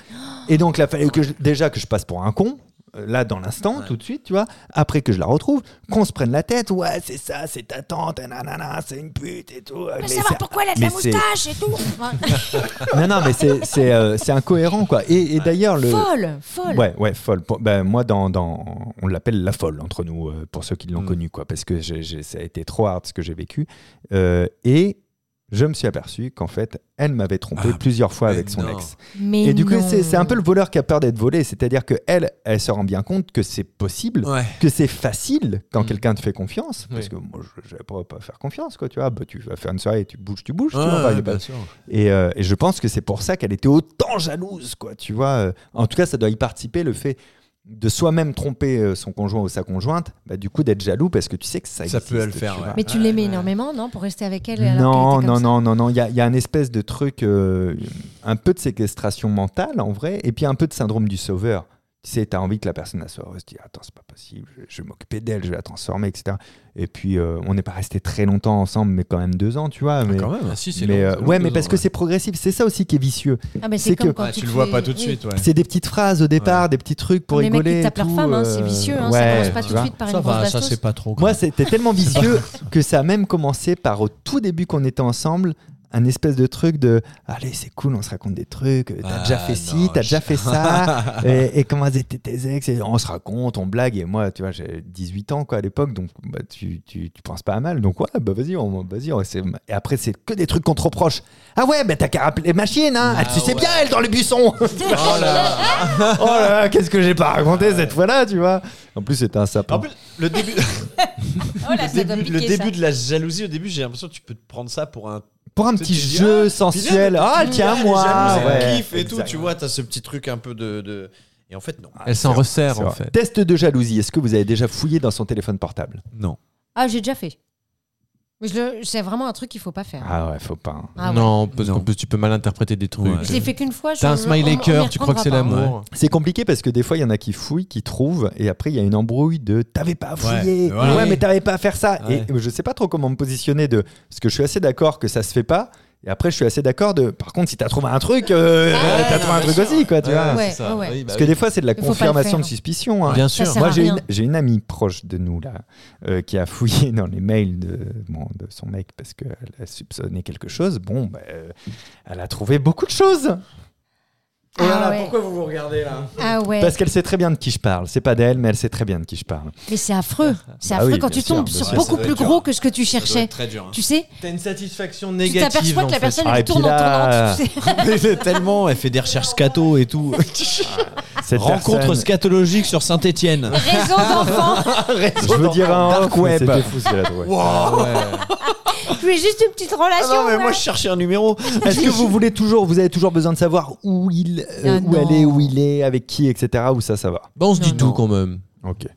[SPEAKER 2] Et donc, là, fallait que je- déjà que je passe pour un con, euh, là, dans l'instant,
[SPEAKER 3] Ouais.
[SPEAKER 2] tout de suite, tu vois, après que je la retrouve, qu'on se prenne la tête, ouais, c'est ça, c'est ta tante, et nanana, c'est une pute et tout.
[SPEAKER 4] Mais
[SPEAKER 2] mais
[SPEAKER 4] savoir
[SPEAKER 2] c'est-
[SPEAKER 4] pourquoi elle a de
[SPEAKER 2] mais
[SPEAKER 4] la moustache et tout. Ouais.
[SPEAKER 2] non, non, mais c'est- c'est euh, c'est incohérent, quoi. Et, et d'ailleurs, le.
[SPEAKER 4] Folle, folle.
[SPEAKER 2] Ouais, ouais, folle. Pour- ben, moi, dans, dans- on l'appelle la folle entre nous, euh, pour ceux qui l'ont
[SPEAKER 3] Mm.
[SPEAKER 2] connue, quoi, parce que j'ai- j'ai- ça a été trop hard ce que j'ai vécu. Euh, et je me suis aperçu qu'en fait, elle m'avait trompé
[SPEAKER 3] Ah,
[SPEAKER 2] plusieurs fois
[SPEAKER 3] mais
[SPEAKER 2] avec son
[SPEAKER 3] non.
[SPEAKER 2] ex.
[SPEAKER 4] Mais
[SPEAKER 2] Et du coup,
[SPEAKER 4] non.
[SPEAKER 2] c'est c'est un peu le voleur qui a peur d'être volé, c'est-à-dire que elle, elle se rend bien compte que c'est possible,
[SPEAKER 3] Ouais.
[SPEAKER 2] que c'est facile quand
[SPEAKER 5] Mm.
[SPEAKER 2] quelqu'un te fait confiance, parce
[SPEAKER 5] Oui.
[SPEAKER 2] que moi, je ne pas, pas faire confiance, quoi, tu vois, bah, tu vas faire une soirée, tu bouges, tu bouges, tu
[SPEAKER 3] Ouais,
[SPEAKER 2] vois, bah, y a
[SPEAKER 3] ouais,
[SPEAKER 2] pas-
[SPEAKER 3] bien sûr.
[SPEAKER 2] et, euh, et je pense que c'est pour ça qu'elle était autant jalouse, quoi, tu vois. Euh, En tout cas, ça doit y participer le fait de soi-même tromper euh, son conjoint ou sa conjointe, bah, du coup d'être jaloux parce que tu sais que ça
[SPEAKER 3] Ça
[SPEAKER 2] existe,
[SPEAKER 3] peut le
[SPEAKER 2] tu
[SPEAKER 3] faire,
[SPEAKER 2] vois.
[SPEAKER 3] ouais.
[SPEAKER 4] Mais tu
[SPEAKER 3] Ouais,
[SPEAKER 4] l'aimais
[SPEAKER 3] ouais.
[SPEAKER 4] énormément, non Pour rester avec elle alors
[SPEAKER 2] Non,
[SPEAKER 4] qu'elle était
[SPEAKER 2] non,
[SPEAKER 4] comme ça.
[SPEAKER 2] non, non, non, il y a, il y a un espèce de truc, euh, un peu de séquestration mentale en vrai, et puis un peu de syndrome du sauveur. Tu sais, tu as envie que la personne la soit heureuse, tu dis Attends, c'est pas possible, je- je vais m'occuper d'elle, je vais la transformer, etc. Et puis, euh, on n'est pas resté très longtemps ensemble, mais quand même deux ans, tu vois. Mais,
[SPEAKER 3] Quand même.
[SPEAKER 5] Ah si, c'est
[SPEAKER 2] mais,
[SPEAKER 5] long,
[SPEAKER 2] euh,
[SPEAKER 5] c'est long,
[SPEAKER 2] ouais,
[SPEAKER 5] deux
[SPEAKER 2] mais
[SPEAKER 5] ans,
[SPEAKER 2] parce que
[SPEAKER 5] ouais.
[SPEAKER 2] c'est progressif, c'est ça aussi qui est vicieux.
[SPEAKER 4] Ah, mais
[SPEAKER 2] C'est
[SPEAKER 4] c'est comme
[SPEAKER 2] que-
[SPEAKER 4] quand
[SPEAKER 3] Ouais, Bah, tu
[SPEAKER 4] te
[SPEAKER 3] le vois
[SPEAKER 4] fais-
[SPEAKER 3] pas tout de
[SPEAKER 4] oui.
[SPEAKER 3] suite, ouais.
[SPEAKER 2] C'est des petites phrases au départ, des petits trucs pour
[SPEAKER 4] Comme les mecs
[SPEAKER 2] rigoler.
[SPEAKER 4] qui
[SPEAKER 2] et
[SPEAKER 4] tapent leur
[SPEAKER 2] tout,
[SPEAKER 4] femme, hein, c'est
[SPEAKER 2] euh,
[SPEAKER 4] vicieux, hein,
[SPEAKER 2] ouais,
[SPEAKER 4] ça commence pas
[SPEAKER 2] tu
[SPEAKER 4] tout de
[SPEAKER 2] vois.
[SPEAKER 4] suite par
[SPEAKER 3] Ça
[SPEAKER 4] une grosse
[SPEAKER 3] va, ça
[SPEAKER 4] bastos.
[SPEAKER 3] c'est pas trop.
[SPEAKER 2] Moi, c'était tellement vicieux que ça a même commencé par au tout début qu'on était ensemble, un espèce de truc de allez c'est cool on se raconte des trucs euh, t'as
[SPEAKER 3] Ah,
[SPEAKER 2] déjà fait ci
[SPEAKER 3] non,
[SPEAKER 2] t'as
[SPEAKER 3] je-
[SPEAKER 2] déjà fait ça et, et comment étaient tes ex et on se raconte on blague et moi tu vois j'ai 18 ans quoi à l'époque donc bah, tu, tu, tu penses pas à mal donc ouais bah vas-y on, vas-y on- c'est- et après c'est que des trucs qu'on te reproche ah ouais bah t'as qu'à rappeler les machines hein Ah, tu sais bien elle dans le buisson oh là là, qu'est-ce que j'ai pas raconté cette fois-là tu vois en plus c'était un sapin
[SPEAKER 6] En plus, le début,
[SPEAKER 4] Oh là,
[SPEAKER 6] le
[SPEAKER 4] ça doit
[SPEAKER 6] début, le
[SPEAKER 4] piquer, ça.
[SPEAKER 6] début de la jalousie, au début, j'ai l'impression que tu peux te prendre ça pour un.
[SPEAKER 2] pour un
[SPEAKER 6] tu
[SPEAKER 2] petit
[SPEAKER 6] te dis,
[SPEAKER 2] jeu
[SPEAKER 6] Puis là,
[SPEAKER 2] sensuel
[SPEAKER 6] le-
[SPEAKER 2] ah tiens moi
[SPEAKER 6] jalouse, elle
[SPEAKER 2] ouais,
[SPEAKER 6] kiffe et tout,
[SPEAKER 2] exact.
[SPEAKER 6] tu vois, t'as ce petit truc un peu de. de- Et en fait, non.
[SPEAKER 5] Elle s'en resserre en fait.
[SPEAKER 2] Test de jalousie. Est-ce que vous avez déjà fouillé dans son téléphone portable
[SPEAKER 3] Non.
[SPEAKER 4] Ah, j'ai déjà fait. Mais je le- C'est vraiment un truc qu'il faut pas faire.
[SPEAKER 2] Ah ouais, faut pas. hein.
[SPEAKER 4] Ah ouais.
[SPEAKER 5] Non, parce
[SPEAKER 3] Non.
[SPEAKER 5] qu'en plus tu peux mal interpréter des trucs.
[SPEAKER 3] Ouais.
[SPEAKER 4] Je l'ai fait qu'une fois.
[SPEAKER 5] T'as un smiley cœur, tu crois que c'est l'amour.
[SPEAKER 2] C'est compliqué parce que des fois, il y en a qui fouillent, qui trouvent, et après, il y a une embrouille de t'avais pas à fouiller,
[SPEAKER 3] Ouais,
[SPEAKER 2] ouais,
[SPEAKER 3] voilà.
[SPEAKER 2] mais t'avais pas à faire ça.
[SPEAKER 3] Ouais.
[SPEAKER 2] Et je sais pas trop comment me positionner de. Parce que je suis assez d'accord que ça se fait pas, et après, je suis assez d'accord de. Par contre, si t'as trouvé un truc, euh,
[SPEAKER 4] Ah,
[SPEAKER 2] t'as
[SPEAKER 4] non,
[SPEAKER 2] trouvé un
[SPEAKER 4] bien
[SPEAKER 2] truc aussi, quoi, tu vois.
[SPEAKER 4] Ouais,
[SPEAKER 3] c'est ça.
[SPEAKER 4] Ah ouais, ouais.
[SPEAKER 3] Oui, bah
[SPEAKER 2] Parce
[SPEAKER 3] oui.
[SPEAKER 2] que des fois, c'est de la
[SPEAKER 4] Faut pas le
[SPEAKER 2] confirmation
[SPEAKER 4] faire.
[SPEAKER 2] de suspicion. hein.
[SPEAKER 5] Bien
[SPEAKER 4] Ça
[SPEAKER 5] sûr.
[SPEAKER 4] sert
[SPEAKER 2] Moi,
[SPEAKER 4] à
[SPEAKER 2] j'ai
[SPEAKER 4] rien.
[SPEAKER 2] une, j'ai une amie proche de nous, là, euh, qui a fouillé dans les mails de, bon, de son mec parce qu'elle a soupçonné quelque chose. Bon, bah, euh, elle a trouvé beaucoup de choses.
[SPEAKER 4] Ah, ouais.
[SPEAKER 6] vous vous regardez là
[SPEAKER 4] Ah ouais.
[SPEAKER 2] Parce qu'elle sait très bien de qui je parle. C'est pas d'elle, mais elle sait très bien de qui je parle.
[SPEAKER 4] Mais c'est affreux. C'est
[SPEAKER 2] Bah
[SPEAKER 4] affreux
[SPEAKER 2] oui,
[SPEAKER 4] quand
[SPEAKER 2] bien
[SPEAKER 4] tu
[SPEAKER 2] sûr,
[SPEAKER 4] tombes
[SPEAKER 2] bien
[SPEAKER 4] sur
[SPEAKER 2] sûr.
[SPEAKER 4] beaucoup
[SPEAKER 6] Ça
[SPEAKER 4] plus
[SPEAKER 6] doit être
[SPEAKER 4] gros
[SPEAKER 6] dur.
[SPEAKER 4] que ce que tu
[SPEAKER 6] Ça doit
[SPEAKER 4] cherchais.
[SPEAKER 6] être très dur. hein.
[SPEAKER 4] Tu sais,
[SPEAKER 5] T'as une satisfaction
[SPEAKER 4] tu t'aperçois que la personne
[SPEAKER 2] Ah, et
[SPEAKER 4] elle
[SPEAKER 2] puis
[SPEAKER 4] tourne en
[SPEAKER 2] là- euh.
[SPEAKER 4] tournant. tu sais.
[SPEAKER 3] Tellement, elle fait des recherches scato et tout.
[SPEAKER 4] Ah.
[SPEAKER 2] Cette
[SPEAKER 3] Rencontre
[SPEAKER 2] personne-
[SPEAKER 3] scatologique sur Saint-Étienne.
[SPEAKER 4] Raison d'enfant.
[SPEAKER 2] Je veux dire un dark web. C'était fou ce qu'elle a trouvé. Ah,
[SPEAKER 4] Je voulais juste une petite
[SPEAKER 6] Ah
[SPEAKER 4] relation.
[SPEAKER 6] non, Ah mais
[SPEAKER 4] là.
[SPEAKER 6] moi, je cherchais un numéro.
[SPEAKER 2] Est-ce que vous voulez toujours, vous avez toujours besoin de savoir où il, euh,
[SPEAKER 4] Ah
[SPEAKER 2] où elle est,
[SPEAKER 4] non.
[SPEAKER 2] où il est, avec qui, etc. Où ça, ça va.
[SPEAKER 5] Bah, on se dit
[SPEAKER 4] Non,
[SPEAKER 5] tout
[SPEAKER 4] non.
[SPEAKER 5] quand même.
[SPEAKER 2] Ok.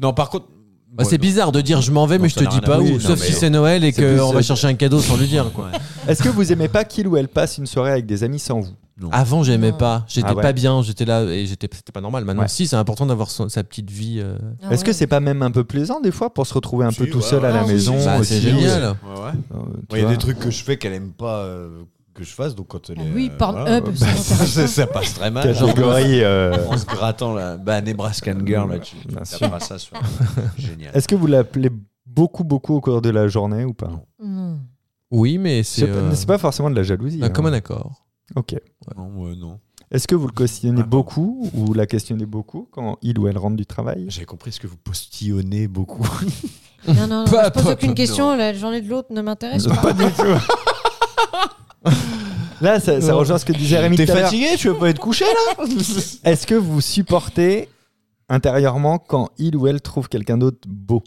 [SPEAKER 3] Non, par contre.
[SPEAKER 5] Bah, c'est
[SPEAKER 3] Ouais,
[SPEAKER 5] bizarre de dire je m'en vais,
[SPEAKER 3] Non,
[SPEAKER 5] mais je
[SPEAKER 3] ça
[SPEAKER 5] te
[SPEAKER 3] n'a
[SPEAKER 5] dis
[SPEAKER 3] rien à
[SPEAKER 5] pas où,
[SPEAKER 3] voir. Oui, non,
[SPEAKER 5] sauf
[SPEAKER 3] mais
[SPEAKER 5] si c'est Noël et
[SPEAKER 2] c'est plus,
[SPEAKER 5] qu'on va
[SPEAKER 2] euh,
[SPEAKER 5] chercher un cadeau sans lui dire. Quoi.
[SPEAKER 2] Est-ce que vous aimez pas qu'il ou elle passe une soirée avec des amis sans vous
[SPEAKER 5] Avant, j'aimais
[SPEAKER 4] Non.
[SPEAKER 5] pas. J'étais
[SPEAKER 2] Ah ouais.
[SPEAKER 5] pas bien, j'étais là et j'étais c'était pas normal. Maintenant,
[SPEAKER 2] Ouais.
[SPEAKER 5] si, c'est important d'avoir son- sa petite vie. euh.
[SPEAKER 4] Ah
[SPEAKER 2] Est-ce que
[SPEAKER 4] ouais.
[SPEAKER 2] c'est pas même un peu plaisant des fois pour se retrouver un
[SPEAKER 6] Si,
[SPEAKER 2] peu tout
[SPEAKER 6] ouais,
[SPEAKER 2] seul à
[SPEAKER 4] ouais.
[SPEAKER 2] la
[SPEAKER 4] Ah oui,
[SPEAKER 2] maison
[SPEAKER 4] oui,
[SPEAKER 5] Bah,
[SPEAKER 2] aussi,
[SPEAKER 5] c'est génial.
[SPEAKER 6] Ouais, ouais.
[SPEAKER 2] euh, tu
[SPEAKER 6] Il y a
[SPEAKER 2] vois.
[SPEAKER 6] des trucs que je fais qu'elle aime pas euh, que je fasse, donc quand elle
[SPEAKER 4] Ah
[SPEAKER 6] est.
[SPEAKER 4] oui, hum.
[SPEAKER 6] euh,
[SPEAKER 4] Pornhub,
[SPEAKER 6] voilà,
[SPEAKER 4] ça
[SPEAKER 6] bah,
[SPEAKER 4] m'intéresse
[SPEAKER 6] ça, ça passe très mal. hein. Genre,
[SPEAKER 2] Catégorie, euh,
[SPEAKER 6] en se grattant là, bah Nebraskan Girl là, tu
[SPEAKER 2] Bien sûr.
[SPEAKER 6] taperas ça sur. Génial.
[SPEAKER 2] Est-ce que vous l'appelez beaucoup, beaucoup au cours de la journée ou pas
[SPEAKER 4] Non.
[SPEAKER 5] Oui, mais
[SPEAKER 2] C'est
[SPEAKER 5] c'est
[SPEAKER 2] pas,
[SPEAKER 5] euh,
[SPEAKER 2] c'est pas forcément de la jalousie.
[SPEAKER 5] un
[SPEAKER 6] bah,
[SPEAKER 2] hein.
[SPEAKER 5] commun accord.
[SPEAKER 2] Ok.
[SPEAKER 6] Non, euh, non.
[SPEAKER 2] Est-ce que vous le questionnez
[SPEAKER 6] Ah, pardon.
[SPEAKER 2] beaucoup ou la questionnez beaucoup quand il ou elle rentre du travail
[SPEAKER 6] J'ai compris ce que vous postillonnez beaucoup.
[SPEAKER 4] Non, non, non,
[SPEAKER 5] Pas-
[SPEAKER 4] je pose
[SPEAKER 5] pas-
[SPEAKER 4] aucune
[SPEAKER 5] pas-
[SPEAKER 4] question. La journée de l'autre ne m'intéresse pas.
[SPEAKER 2] Pas du tout. Là, ça, ça rejoint ce que disait Rémi
[SPEAKER 6] T'es
[SPEAKER 2] tout à l'heure.
[SPEAKER 6] fatigué, tu veux pas être couché là
[SPEAKER 2] Est-ce que vous supportez intérieurement quand il ou elle trouve quelqu'un d'autre beau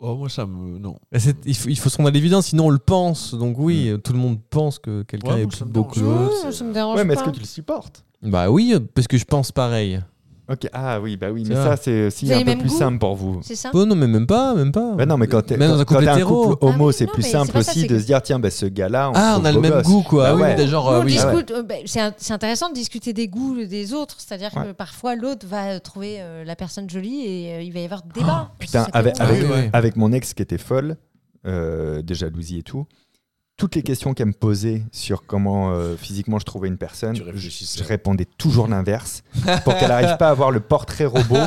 [SPEAKER 6] Oh moi ça me non.
[SPEAKER 5] Mais Bah, c'est- Il faut, il faut se rendre à l'évidence, sinon on le pense. Donc oui,
[SPEAKER 2] Mm.
[SPEAKER 5] tout le monde pense que quelqu'un
[SPEAKER 6] Ouais,
[SPEAKER 5] est
[SPEAKER 6] moi, ça
[SPEAKER 5] plus
[SPEAKER 6] me
[SPEAKER 5] beau
[SPEAKER 6] dérange
[SPEAKER 5] que
[SPEAKER 6] pas.
[SPEAKER 5] l'autre.
[SPEAKER 4] Non, ça me dérange
[SPEAKER 2] Ouais, mais est-ce
[SPEAKER 4] pas.
[SPEAKER 2] que tu le supportes
[SPEAKER 5] Bah oui, parce que je pense pareil.
[SPEAKER 2] Ok. Ah oui, bah oui, mais
[SPEAKER 5] Ça
[SPEAKER 2] ça,
[SPEAKER 5] va.
[SPEAKER 2] c'est aussi
[SPEAKER 4] Vous avez
[SPEAKER 2] un peu
[SPEAKER 4] les mêmes
[SPEAKER 2] plus
[SPEAKER 4] goûts
[SPEAKER 2] simple pour vous.
[SPEAKER 4] C'est ça
[SPEAKER 5] Oh non, mais même pas, même pas.
[SPEAKER 2] Bah non, mais quand t'es
[SPEAKER 5] Même dans
[SPEAKER 2] quand-
[SPEAKER 5] un
[SPEAKER 2] quand
[SPEAKER 5] couple
[SPEAKER 2] t'es un
[SPEAKER 5] hétéro.
[SPEAKER 2] couple homo,
[SPEAKER 4] Oh. Ah oui,
[SPEAKER 2] c'est
[SPEAKER 4] non,
[SPEAKER 2] plus
[SPEAKER 4] mais
[SPEAKER 2] simple
[SPEAKER 4] c'est pas ça,
[SPEAKER 2] aussi
[SPEAKER 4] c'est
[SPEAKER 2] de
[SPEAKER 4] que-
[SPEAKER 2] se dire tiens, bah, ce gars-là, on,
[SPEAKER 5] ah,
[SPEAKER 2] le
[SPEAKER 5] on a le
[SPEAKER 2] trouve beau
[SPEAKER 5] même
[SPEAKER 2] gosse.
[SPEAKER 5] goût, quoi.
[SPEAKER 2] Bah
[SPEAKER 5] Ah oui,
[SPEAKER 2] ouais.
[SPEAKER 5] mais genre,
[SPEAKER 4] Nous,
[SPEAKER 5] euh,
[SPEAKER 4] on
[SPEAKER 5] oui.
[SPEAKER 2] Ah ouais.
[SPEAKER 4] discute, euh, ben, c'est, un- c'est intéressant de discuter des goûts des autres. C'est-à-dire que
[SPEAKER 2] Ouais.
[SPEAKER 4] parfois l'autre va trouver euh, la personne jolie et euh, il va y avoir débat.
[SPEAKER 2] Oh, Putain,
[SPEAKER 4] Ça, ça
[SPEAKER 2] avec,
[SPEAKER 4] fait longtemps.
[SPEAKER 2] avec,
[SPEAKER 5] Ah oui, ouais.
[SPEAKER 2] avec mon ex qui était folle, euh, de jalousie et tout, toutes les questions qu'elle me posait sur comment euh, physiquement je trouvais une personne,
[SPEAKER 6] Tu
[SPEAKER 2] je,
[SPEAKER 6] réfléchissais.
[SPEAKER 2] je répondais toujours l'inverse pour qu'elle n'arrive pas à avoir le portrait robot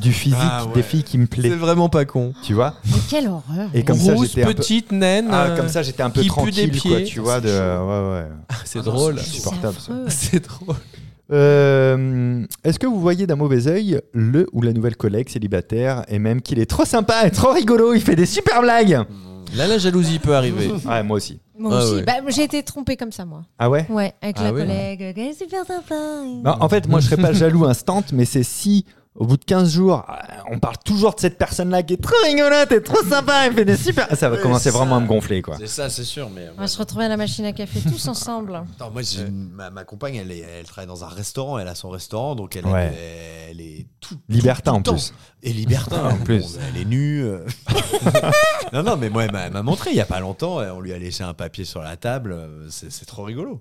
[SPEAKER 2] du physique
[SPEAKER 6] Ah ouais.
[SPEAKER 2] des filles qui me
[SPEAKER 5] C'est
[SPEAKER 2] plaît.
[SPEAKER 5] vraiment pas con.
[SPEAKER 2] Tu vois
[SPEAKER 4] Mais quelle horreur.
[SPEAKER 2] Et comme ça,
[SPEAKER 5] Grosse,
[SPEAKER 2] j'étais un peu.
[SPEAKER 5] petite, naine.
[SPEAKER 2] Ah,
[SPEAKER 5] euh,
[SPEAKER 2] comme ça, j'étais un peu
[SPEAKER 5] qui pue des
[SPEAKER 2] tranquille, quoi,
[SPEAKER 5] pieds.
[SPEAKER 2] tu vois. De... ouais, ouais.
[SPEAKER 5] C'est
[SPEAKER 6] Ah non,
[SPEAKER 5] drôle.
[SPEAKER 6] c'est
[SPEAKER 2] insupportable, ça.
[SPEAKER 4] affreux.
[SPEAKER 5] C'est drôle.
[SPEAKER 2] Euh, Est-ce que vous voyez d'un mauvais œil le ou la nouvelle collègue célibataire et même qu'il est trop sympa et trop rigolo, il fait des super blagues
[SPEAKER 5] Là, la jalousie peut arriver.
[SPEAKER 2] Ouais, moi aussi.
[SPEAKER 4] Moi
[SPEAKER 5] Ah
[SPEAKER 4] aussi.
[SPEAKER 5] ouais.
[SPEAKER 4] Bah, j'ai été trompée comme ça, moi.
[SPEAKER 2] Ah ouais
[SPEAKER 4] Ouais, avec
[SPEAKER 5] Ah
[SPEAKER 4] la
[SPEAKER 5] oui.
[SPEAKER 4] collègue. Elle est super sympa.
[SPEAKER 2] Non, en fait, moi, je serais pas jaloux instant, mais c'est si, au bout de 15 jours, euh, on parle toujours de cette personne-là qui est trop rigolote et trop sympa, elle fait des super. Ah, Ça va
[SPEAKER 6] Oui,
[SPEAKER 2] commencer
[SPEAKER 6] ça.
[SPEAKER 2] vraiment à me gonfler, quoi.
[SPEAKER 6] C'est ça, c'est sûr, mais.
[SPEAKER 4] On va se retrouver à la machine à café tous ensemble.
[SPEAKER 6] Attends, moi, j'ai une- ma, ma compagne, elle, est- elle travaille dans un restaurant, elle a son restaurant, donc elle,
[SPEAKER 2] Ouais.
[SPEAKER 6] elle, est- elle est tout.
[SPEAKER 2] Libertin
[SPEAKER 6] tout
[SPEAKER 2] en
[SPEAKER 6] le temps.
[SPEAKER 2] plus.
[SPEAKER 6] Et libertin
[SPEAKER 2] En plus.
[SPEAKER 6] Bon, elle est nue. euh. non, non, mais moi, elle m'a elle m'a montré il y a pas longtemps, euh, on lui a laissé un papier sur la table, euh, c'est c'est trop rigolo.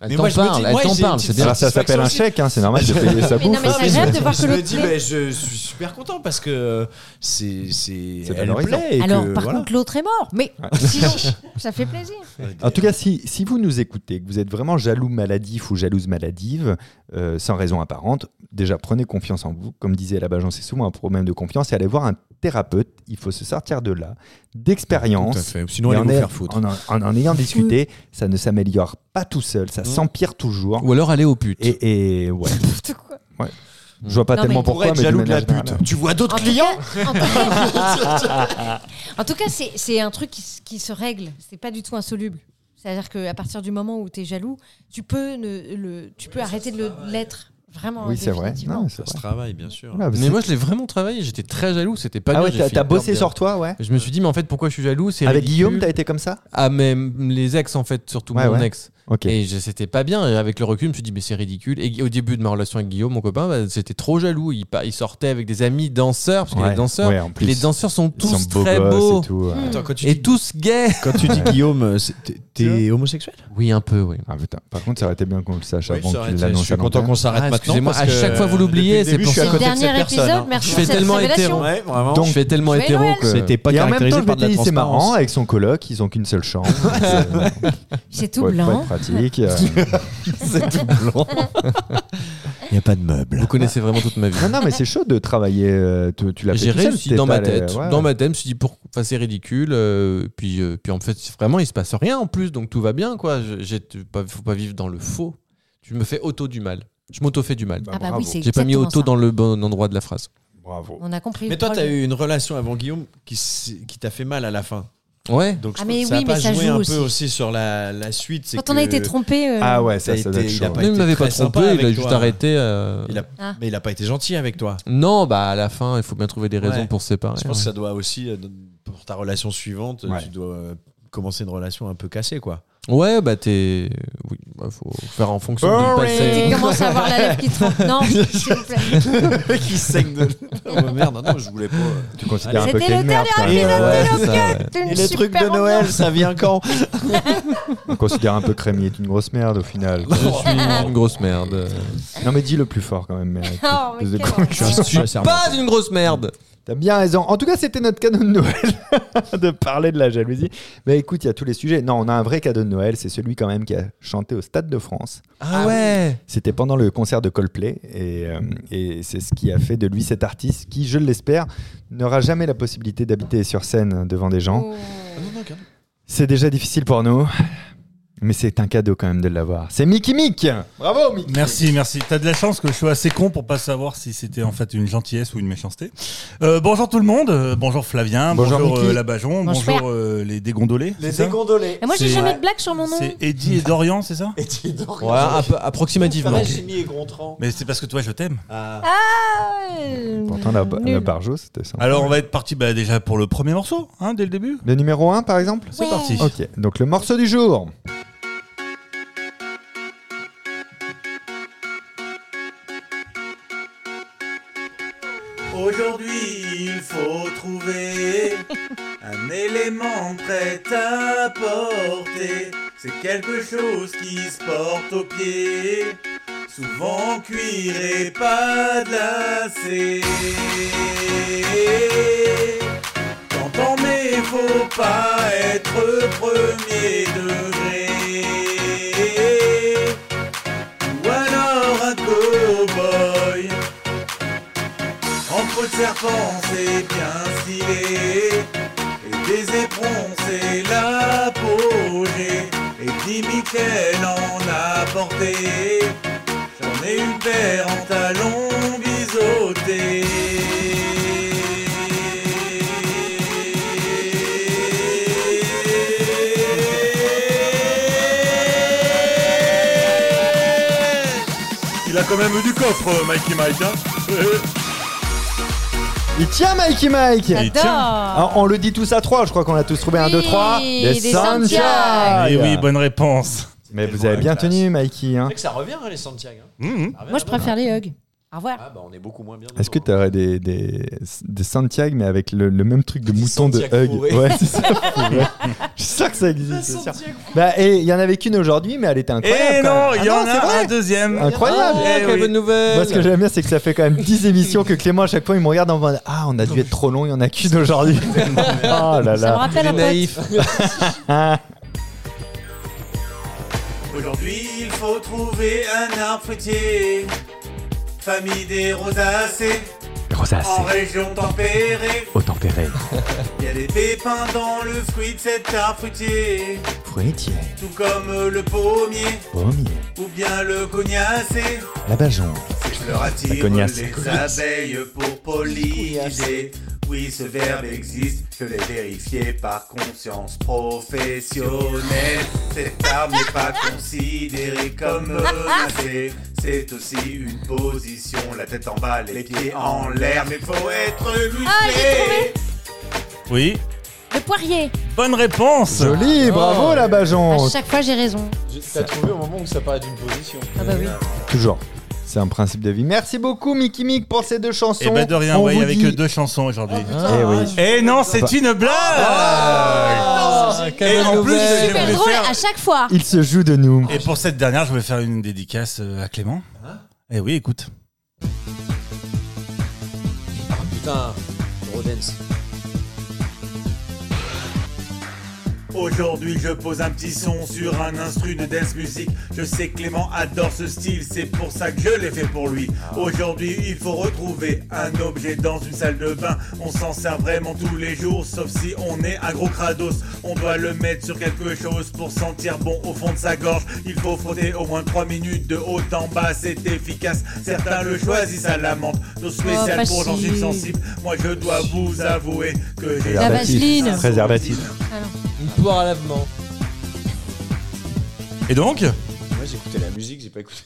[SPEAKER 5] Elle
[SPEAKER 3] Mais
[SPEAKER 5] t'en
[SPEAKER 3] moi, je me
[SPEAKER 5] parle,
[SPEAKER 3] dis-
[SPEAKER 5] elle
[SPEAKER 3] moi,
[SPEAKER 5] t'en
[SPEAKER 3] j'ai
[SPEAKER 5] parle,
[SPEAKER 3] une
[SPEAKER 5] c'est bien.
[SPEAKER 2] Alors ça s'appelle un chèque, hein, c'est normal de payer sa
[SPEAKER 4] Mais non,
[SPEAKER 2] bouffe.
[SPEAKER 4] Ah, mais j'ai hâte de voir que
[SPEAKER 3] Je me
[SPEAKER 4] l'autre.
[SPEAKER 3] dis,
[SPEAKER 4] plaît.
[SPEAKER 3] bah, je suis super content parce que euh, c'est c'est
[SPEAKER 2] C'est
[SPEAKER 3] elle
[SPEAKER 2] valorisant.
[SPEAKER 3] plaît et
[SPEAKER 4] Alors,
[SPEAKER 3] que,
[SPEAKER 4] par
[SPEAKER 3] voilà.
[SPEAKER 4] contre, l'autre est mort. Mais sinon, ça fait plaisir.
[SPEAKER 2] En tout cas, si, si vous nous écoutez, que vous êtes vraiment jaloux maladif ou jalouse maladive, euh, sans raison apparente, déjà prenez confiance en vous. Comme disait la Bajon, c'est souvent un problème de confiance et allez voir un thérapeute. Il faut se sortir de là,
[SPEAKER 7] Tout à
[SPEAKER 2] d'expérience.
[SPEAKER 7] fait. Sinon,
[SPEAKER 2] Et
[SPEAKER 7] elle
[SPEAKER 2] en
[SPEAKER 7] va
[SPEAKER 2] est-
[SPEAKER 7] faire foutre.
[SPEAKER 2] En, en- en en ayant discuté, ça ne s'améliore pas tout seul,
[SPEAKER 5] Mmh.
[SPEAKER 2] ça s'empire toujours.
[SPEAKER 5] Ou alors aller aux putes.
[SPEAKER 2] Et, et ouais,
[SPEAKER 4] N'importe quoi.
[SPEAKER 2] je vois pas
[SPEAKER 4] Non,
[SPEAKER 2] tellement
[SPEAKER 4] mais-
[SPEAKER 2] pourquoi, mais de manière générale.
[SPEAKER 3] Tu vois d'autres
[SPEAKER 2] Ah,
[SPEAKER 4] En tout
[SPEAKER 3] clients
[SPEAKER 4] cas- en tout cas- en tout cas, c'est c'est un truc qui, se- qui se règle. C'est pas du tout insoluble. C'est-à-dire qu'à partir du moment où tu es jaloux, tu peux, ne- le, tu peux arrêter de le- l'être. Vraiment.
[SPEAKER 2] Oui, c'est vrai.
[SPEAKER 4] définitivement.
[SPEAKER 2] Non, c'est
[SPEAKER 3] Ça se
[SPEAKER 2] vrai.
[SPEAKER 3] travaille, bien sûr.
[SPEAKER 2] Voilà,
[SPEAKER 5] Mmh. Mais
[SPEAKER 2] c'est-
[SPEAKER 5] moi, je l'ai vraiment travaillé. J'étais très jaloux. C'était pas
[SPEAKER 2] ah
[SPEAKER 5] bien,
[SPEAKER 2] ouais,
[SPEAKER 5] j'ai
[SPEAKER 2] t'as
[SPEAKER 5] fait
[SPEAKER 2] t'as
[SPEAKER 5] hyper
[SPEAKER 2] bossé
[SPEAKER 5] bien.
[SPEAKER 2] sur toi, ouais.
[SPEAKER 5] Je me suis dit, mais en fait, pourquoi je suis jaloux C'est
[SPEAKER 2] Avec
[SPEAKER 5] ridicule.
[SPEAKER 2] Guillaume, t'as été comme ça
[SPEAKER 5] Ah, même les ex, en fait, surtout
[SPEAKER 2] Ouais,
[SPEAKER 5] mon
[SPEAKER 2] ouais.
[SPEAKER 5] ex.
[SPEAKER 2] Ok.
[SPEAKER 5] Et je- c'était pas bien. Et avec le recul, je me suis dit, mais c'est ridicule. Et au début de ma relation avec Guillaume, mon copain, bah, j'étais trop jaloux. Il, pa- il sortait avec des amis danseurs, parce que
[SPEAKER 2] Ouais,
[SPEAKER 5] les danseurs,
[SPEAKER 2] ouais, en plus,
[SPEAKER 5] les danseurs sont
[SPEAKER 2] ils
[SPEAKER 5] tous
[SPEAKER 2] sont beaux
[SPEAKER 5] très
[SPEAKER 2] gosses
[SPEAKER 5] beaux.
[SPEAKER 2] et tout, ouais.
[SPEAKER 4] Hmm.
[SPEAKER 3] Attends, quand tu
[SPEAKER 5] Et
[SPEAKER 3] dis,
[SPEAKER 5] tous gays.
[SPEAKER 3] quand tu dis Guillaume, euh, c'est- t'es- t'es homosexuel
[SPEAKER 5] Oui, un peu, oui.
[SPEAKER 2] Ah putain, par contre, ça aurait été bien qu'on le sache
[SPEAKER 3] Oui,
[SPEAKER 2] avant
[SPEAKER 3] ça aurait
[SPEAKER 2] qu'il
[SPEAKER 3] été- Je
[SPEAKER 2] l'annonce.
[SPEAKER 3] suis content qu'on s'arrête
[SPEAKER 5] Ah,
[SPEAKER 3] maintenant.
[SPEAKER 5] excusez-moi,
[SPEAKER 3] parce
[SPEAKER 5] à
[SPEAKER 3] que,
[SPEAKER 5] chaque fois, vous
[SPEAKER 3] euh, depuis
[SPEAKER 5] l'oubliez,
[SPEAKER 3] le
[SPEAKER 5] c'est
[SPEAKER 3] début,
[SPEAKER 5] pour
[SPEAKER 3] je suis à
[SPEAKER 5] ça.
[SPEAKER 3] côté de cette
[SPEAKER 4] Dernier
[SPEAKER 3] personne,
[SPEAKER 4] épisode,
[SPEAKER 3] hein.
[SPEAKER 4] merci
[SPEAKER 5] Je
[SPEAKER 4] pour
[SPEAKER 5] fais
[SPEAKER 4] cette
[SPEAKER 5] tellement hétéro.
[SPEAKER 4] révélation.
[SPEAKER 3] Ouais, vraiment.
[SPEAKER 5] je fais tellement
[SPEAKER 4] Joyeux
[SPEAKER 5] hétéro
[SPEAKER 4] Noël.
[SPEAKER 5] que.
[SPEAKER 3] C'était pas
[SPEAKER 2] Et en même
[SPEAKER 3] caractérisé
[SPEAKER 2] temps, je
[SPEAKER 3] par de la
[SPEAKER 2] m'étais dit, c'est
[SPEAKER 3] transparence.
[SPEAKER 2] marrant, avec son coloc, ils ont qu'une seule chambre. euh,
[SPEAKER 4] C'est tout
[SPEAKER 2] faut être- faut être
[SPEAKER 4] blanc.
[SPEAKER 2] pratique. euh.
[SPEAKER 3] Il n'y a pas de meubles.
[SPEAKER 5] Vous connaissez vraiment toute ma vie.
[SPEAKER 2] Non, non, mais c'est chaud de travailler. euh, tu tu l'as fait
[SPEAKER 5] J'ai
[SPEAKER 2] tout seul,
[SPEAKER 5] réussi
[SPEAKER 2] t'es
[SPEAKER 5] dans ma
[SPEAKER 2] allé-
[SPEAKER 5] tête.
[SPEAKER 2] ouais,
[SPEAKER 5] Dans
[SPEAKER 2] ouais.
[SPEAKER 5] ma tête, je me suis dit, pour... enfin, c'est ridicule. euh, puis, euh, puis en fait, c'est vraiment, il se passe rien en plus, donc tout va bien. quoi. Je- j'ai- tu- pas- faut pas vivre dans le faux. Tu me fais auto du mal. Je m'auto-fais du mal.
[SPEAKER 4] Ah bah oui, c'est
[SPEAKER 5] J'ai pas mis
[SPEAKER 4] exactement
[SPEAKER 5] auto
[SPEAKER 4] ça.
[SPEAKER 5] dans le bon endroit de la phrase.
[SPEAKER 2] Bravo.
[SPEAKER 4] On a compris.
[SPEAKER 3] Mais toi, t'as eu une relation avant Guillaume qui, s- qui t'a fait mal à la fin.
[SPEAKER 5] Ouais.
[SPEAKER 3] Donc, je
[SPEAKER 4] Ah,
[SPEAKER 3] pense
[SPEAKER 4] mais
[SPEAKER 3] que ça
[SPEAKER 4] oui,
[SPEAKER 3] a pas
[SPEAKER 4] mais ça
[SPEAKER 3] joué
[SPEAKER 4] joue
[SPEAKER 3] un
[SPEAKER 4] aussi.
[SPEAKER 3] peu aussi sur la, la suite. c'est
[SPEAKER 4] Quand on a
[SPEAKER 3] que
[SPEAKER 4] été trompé. euh,
[SPEAKER 2] Ah ouais,
[SPEAKER 3] t'as
[SPEAKER 2] ça, ça
[SPEAKER 3] été-
[SPEAKER 2] doit être
[SPEAKER 3] il
[SPEAKER 2] chaud.
[SPEAKER 3] a pas
[SPEAKER 2] ouais.
[SPEAKER 5] Il ne
[SPEAKER 3] été
[SPEAKER 5] m'avait
[SPEAKER 3] très
[SPEAKER 5] pas
[SPEAKER 3] sympa
[SPEAKER 5] trompé, il
[SPEAKER 3] avec
[SPEAKER 5] a juste
[SPEAKER 3] toi. hein.
[SPEAKER 5] arrêté. euh,
[SPEAKER 3] Il a-
[SPEAKER 4] Ah.
[SPEAKER 3] Mais il n'a pas été gentil avec toi.
[SPEAKER 5] Non, bah à la fin, il faut bien trouver des raisons
[SPEAKER 3] Ouais.
[SPEAKER 5] pour se séparer. hein.
[SPEAKER 3] Je pense que ça doit aussi, euh, pour ta relation suivante,
[SPEAKER 2] Ouais.
[SPEAKER 3] tu dois euh, commencer une relation un peu cassée, quoi.
[SPEAKER 5] Ouais, bah t'es. Oui, bah, faut faire en fonction
[SPEAKER 3] Oh,
[SPEAKER 4] Tu
[SPEAKER 5] du passé. hein.
[SPEAKER 4] commences à avoir la lèvre qui trompe. Non, s'il vous plaît.
[SPEAKER 3] qui saigne de. Oh, bah, merde, non, je voulais pas.
[SPEAKER 2] Tu considères un peu
[SPEAKER 4] Bah, C'était
[SPEAKER 2] quelle
[SPEAKER 4] le
[SPEAKER 2] merde.
[SPEAKER 4] dernier
[SPEAKER 2] quand même.
[SPEAKER 5] Et, euh, ouais, c'est ça, ouais.
[SPEAKER 4] Une
[SPEAKER 3] Et le truc
[SPEAKER 4] super
[SPEAKER 3] de Noël,
[SPEAKER 4] ambiance.
[SPEAKER 3] ça vient quand
[SPEAKER 2] On considère un peu Crémier est une grosse merde au final.
[SPEAKER 5] Je suis une grosse merde.
[SPEAKER 2] Non, mais dis le plus fort quand même. mais-
[SPEAKER 4] Oh, mais
[SPEAKER 2] plus de
[SPEAKER 4] quelle
[SPEAKER 2] confiance.
[SPEAKER 4] horreur.
[SPEAKER 5] Pas une grosse merde.
[SPEAKER 2] T'as bien raison. En tout cas, c'était notre cadeau de Noël de parler de la jalousie. Mais écoute, il y a tous les sujets. Non, on a un vrai cadeau de Noël. C'est celui quand même qui a chanté au Stade de France.
[SPEAKER 5] Ah ouais.
[SPEAKER 2] C'était pendant le concert de Coldplay et, euh, et c'est ce qui a fait de lui cet artiste qui, je l'espère, n'aura jamais la possibilité d'habiter sur scène devant des gens.
[SPEAKER 5] Ah
[SPEAKER 2] C'est déjà difficile pour nous, mais c'est un cadeau quand même de l'avoir. C'est Mickey Mick Bravo Mick
[SPEAKER 6] Merci, merci. T'as de la chance que je sois assez con pour pas savoir si c'était en fait une gentillesse ou une méchanceté. Euh, bonjour tout le monde. Euh, bonjour Flavien.
[SPEAKER 2] Bonjour
[SPEAKER 6] Bonjour,
[SPEAKER 2] Mickey.
[SPEAKER 6] euh, Labajon.
[SPEAKER 4] Bonjour.
[SPEAKER 6] Bonjour euh, les dégondolés. c'est ça
[SPEAKER 3] dégondolés.
[SPEAKER 4] Et moi, j'ai
[SPEAKER 6] C'est-
[SPEAKER 4] jamais de blague sur mon nom.
[SPEAKER 6] C'est Eddie et Dorian, c'est ça
[SPEAKER 3] Et tu dors.
[SPEAKER 5] Ouais, un peu approximativement.
[SPEAKER 3] Jimmy et Gontran.
[SPEAKER 6] Mais c'est parce que toi, je t'aime.
[SPEAKER 3] Ah.
[SPEAKER 2] Pourtant, la, ba-
[SPEAKER 4] Nul.
[SPEAKER 2] la Barjo, c'était ça.
[SPEAKER 6] Alors, on va être parti bah, déjà pour le premier morceau, hein, dès le début.
[SPEAKER 2] Le numéro 1, par exemple
[SPEAKER 6] C'est
[SPEAKER 4] Ouais.
[SPEAKER 6] parti.
[SPEAKER 2] Ok, donc le morceau du jour.
[SPEAKER 6] Aujourd'hui, il faut trouver un élément prêt à porter. C'est quelque chose qui se porte aux pieds, souvent en cuir et pas de lacets. Quand on met, faut pas être premier degré. Ou alors un cow-boy. En peau de serpent, c'est bien stylé. Et des éperons, c'est l'apogée. Et dit Michel en a porté. J'en ai une paire en talons biseautés. Il a quand même eu du coffre, euh, Mikey Mike. Hein
[SPEAKER 2] Il tient Mikey Mike
[SPEAKER 4] J'adore.
[SPEAKER 2] Ah, On le dit tous à 3, je crois qu'on a tous trouvé un,
[SPEAKER 4] Oui,
[SPEAKER 2] 2, 3. Des
[SPEAKER 4] des
[SPEAKER 2] Santiago.
[SPEAKER 4] Santiago.
[SPEAKER 2] Eh
[SPEAKER 6] Et eh oui, bonne réponse.
[SPEAKER 2] Mais vous
[SPEAKER 6] Tellement
[SPEAKER 2] avez bien
[SPEAKER 6] la classe.
[SPEAKER 2] tenu, Mikey. hein.
[SPEAKER 3] que ça revient, hein, les Santiago.
[SPEAKER 6] Mhm.
[SPEAKER 4] Moi, je préfère les hugs. Au revoir.
[SPEAKER 6] Ah bah on est beaucoup moins bien.
[SPEAKER 2] Est-ce que tu aurais des, des, des Santiago, mais avec le, le même truc de
[SPEAKER 6] Des
[SPEAKER 2] mouton de
[SPEAKER 6] Santiago
[SPEAKER 2] Hug
[SPEAKER 6] fourrés.
[SPEAKER 2] Ouais, c'est ça. fourré. Je suis sûr que ça existe. c'est sûr. Bah, et il y en avait qu'une aujourd'hui, mais elle était incroyable.
[SPEAKER 6] Eh
[SPEAKER 8] Et
[SPEAKER 2] quand
[SPEAKER 8] non,
[SPEAKER 2] même.
[SPEAKER 8] il
[SPEAKER 2] Ah
[SPEAKER 8] y en
[SPEAKER 2] c'est
[SPEAKER 8] a
[SPEAKER 2] vrai.
[SPEAKER 8] un deuxième.
[SPEAKER 2] Incroyable.
[SPEAKER 8] Eh oui.
[SPEAKER 5] nouvelle
[SPEAKER 2] Moi, ce que j'aime bien, c'est que ça fait quand même 10 émissions que Clément, à chaque fois, il me regarde en mode Ah, on a dû être trop long, il y en a qu'une aujourd'hui. oh là
[SPEAKER 4] Ça me
[SPEAKER 2] là.
[SPEAKER 4] rappelle un pote.
[SPEAKER 8] Aujourd'hui, il faut trouver un arbre fruitier. Famille des rosacées. En région tempérée. Au tempéré. Il y a des pépins dans le fruit de cet arbre fruitier.
[SPEAKER 2] Fruitier,
[SPEAKER 8] Tout comme le pommier
[SPEAKER 2] pommier,
[SPEAKER 8] ou bien le cognacé.
[SPEAKER 2] la bajon.
[SPEAKER 8] Leur attire
[SPEAKER 2] cognasse.
[SPEAKER 8] les abeilles pour polliniser. Oui, ce verbe existe, je l'ai vérifié par conscience professionnelle. Cette arme n'est pas considérée comme menacée. C'est aussi une position, la tête en bas, les pieds en l'air, mais faut être
[SPEAKER 4] Ah, j'ai
[SPEAKER 8] musclé.
[SPEAKER 4] trouvé.
[SPEAKER 8] Oui,
[SPEAKER 4] Le poirier.
[SPEAKER 8] bonne réponse.
[SPEAKER 2] Joli, bravo la bajon.
[SPEAKER 4] À chaque fois, j'ai raison.
[SPEAKER 3] T'as trouvé au moment où ça paraît d'une position.
[SPEAKER 4] Ah bah oui.
[SPEAKER 2] Toujours. C'est un principe de vie. Merci beaucoup, Mickey Mick, pour ces deux chansons.
[SPEAKER 6] Eh
[SPEAKER 8] Et ben de rien,
[SPEAKER 2] On
[SPEAKER 8] ouais,
[SPEAKER 2] vous
[SPEAKER 8] avec
[SPEAKER 2] dit-
[SPEAKER 8] deux chansons aujourd'hui.
[SPEAKER 5] Ah.
[SPEAKER 2] Eh oui.
[SPEAKER 8] Eh non, c'est une blague
[SPEAKER 2] Oh,
[SPEAKER 4] Oh. Ah,
[SPEAKER 8] Et en plus, je
[SPEAKER 4] Super
[SPEAKER 8] voulais
[SPEAKER 4] drôle
[SPEAKER 8] faire-
[SPEAKER 4] à chaque fois.
[SPEAKER 2] Il se joue de nous.
[SPEAKER 8] Et pour cette dernière, je voulais faire une dédicace euh, à Clément. Eh oui, écoute.
[SPEAKER 6] Putain, Rodens.
[SPEAKER 8] Aujourd'hui, je pose un petit son sur un instru de dance music. Je sais que Clément adore ce style, c'est pour ça que je l'ai fait pour lui. Aujourd'hui, il faut retrouver un objet dans une salle de bain. On s'en sert vraiment tous les jours, sauf si on est un gros crados. On doit le mettre sur quelque chose pour sentir bon au fond de sa gorge. Il faut frotter au moins 3 minutes de haut en bas, c'est efficace. Certains le choisissent à la menthe. Nos spéciales
[SPEAKER 4] Oh,
[SPEAKER 8] pour gens
[SPEAKER 4] facile.
[SPEAKER 8] sensibles. Moi, je dois vous avouer que j'ai
[SPEAKER 4] La vaseline.
[SPEAKER 2] Préservatif.
[SPEAKER 5] Une poire à lavement.
[SPEAKER 8] Et donc
[SPEAKER 6] hein. Moi j'écoutais la musique, j'ai pas écouté.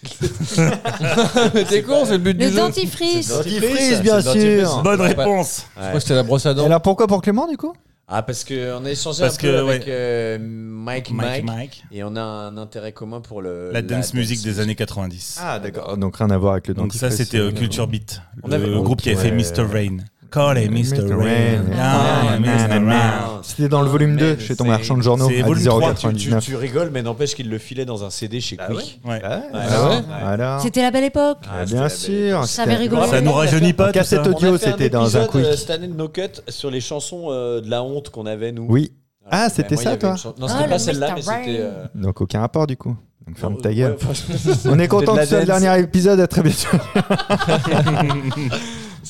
[SPEAKER 5] T'es con, c'est le but
[SPEAKER 4] Le
[SPEAKER 5] du jeu.
[SPEAKER 4] dentifrice.
[SPEAKER 2] Dentifrice, bien sûr.
[SPEAKER 8] Bonne réponse
[SPEAKER 5] Je crois que c'était la brosse à
[SPEAKER 2] Et
[SPEAKER 5] dents.
[SPEAKER 2] alors pourquoi pour Clément du coup
[SPEAKER 6] Ah parce que on a échangé
[SPEAKER 8] Parce
[SPEAKER 6] un peu
[SPEAKER 8] que,
[SPEAKER 6] avec
[SPEAKER 8] ouais.
[SPEAKER 6] euh, Mike, Mike
[SPEAKER 8] Mike, Mike.
[SPEAKER 6] et on a un intérêt commun pour le
[SPEAKER 8] La dance music
[SPEAKER 6] music.
[SPEAKER 8] des années 90.
[SPEAKER 2] Ah d'accord. Donc rien à voir avec le
[SPEAKER 8] Donc
[SPEAKER 2] dentifrice.
[SPEAKER 8] ça, c'était euh, Culture Beat,
[SPEAKER 6] On
[SPEAKER 8] le
[SPEAKER 6] avait-
[SPEAKER 8] groupe qui avait fait Mr. Rain. Call it Mr.
[SPEAKER 2] Mr.
[SPEAKER 8] Rain.
[SPEAKER 2] Rain.
[SPEAKER 8] Ah, Mr. Rain.
[SPEAKER 2] C'était dans le volume 2 chez ton marchand de journaux à
[SPEAKER 8] c'est volume
[SPEAKER 2] 10,99
[SPEAKER 8] 3,
[SPEAKER 6] Tu, tu- tu rigoles, mais n'empêche qu'il le filait dans un CD chez Quick.
[SPEAKER 8] Ouais.
[SPEAKER 2] Ah ouais,
[SPEAKER 6] Ah
[SPEAKER 2] ouais,
[SPEAKER 5] ouais
[SPEAKER 2] voilà.
[SPEAKER 4] C'était la belle époque.
[SPEAKER 2] Ah, bien sûr.
[SPEAKER 4] Ça avait rigolé.
[SPEAKER 8] Ça nous rajeunit pas, tout ça.
[SPEAKER 2] Cassette audio, c'était dans un
[SPEAKER 6] quick.
[SPEAKER 2] quick.
[SPEAKER 6] euh, cette année de No Cut sur les chansons euh, de la honte qu'on avait, nous.
[SPEAKER 2] Oui. Ah,
[SPEAKER 6] Ouais,
[SPEAKER 2] c'était ça,
[SPEAKER 6] moi, il y avait
[SPEAKER 2] toi
[SPEAKER 6] une chan- Non,
[SPEAKER 4] Ah,
[SPEAKER 6] c'était
[SPEAKER 4] le
[SPEAKER 6] pas celle-là,
[SPEAKER 4] Mr.
[SPEAKER 6] mais
[SPEAKER 4] Rain.
[SPEAKER 6] c'était. euh,
[SPEAKER 2] Donc aucun rapport du coup. Donc ferme
[SPEAKER 6] euh,
[SPEAKER 2] ta gueule.
[SPEAKER 6] ouais, enfin,
[SPEAKER 2] On est content
[SPEAKER 6] de
[SPEAKER 2] que
[SPEAKER 6] la
[SPEAKER 2] ce soit le
[SPEAKER 6] dance.
[SPEAKER 2] dernier épisode. À très bientôt.
[SPEAKER 6] c'est vrai que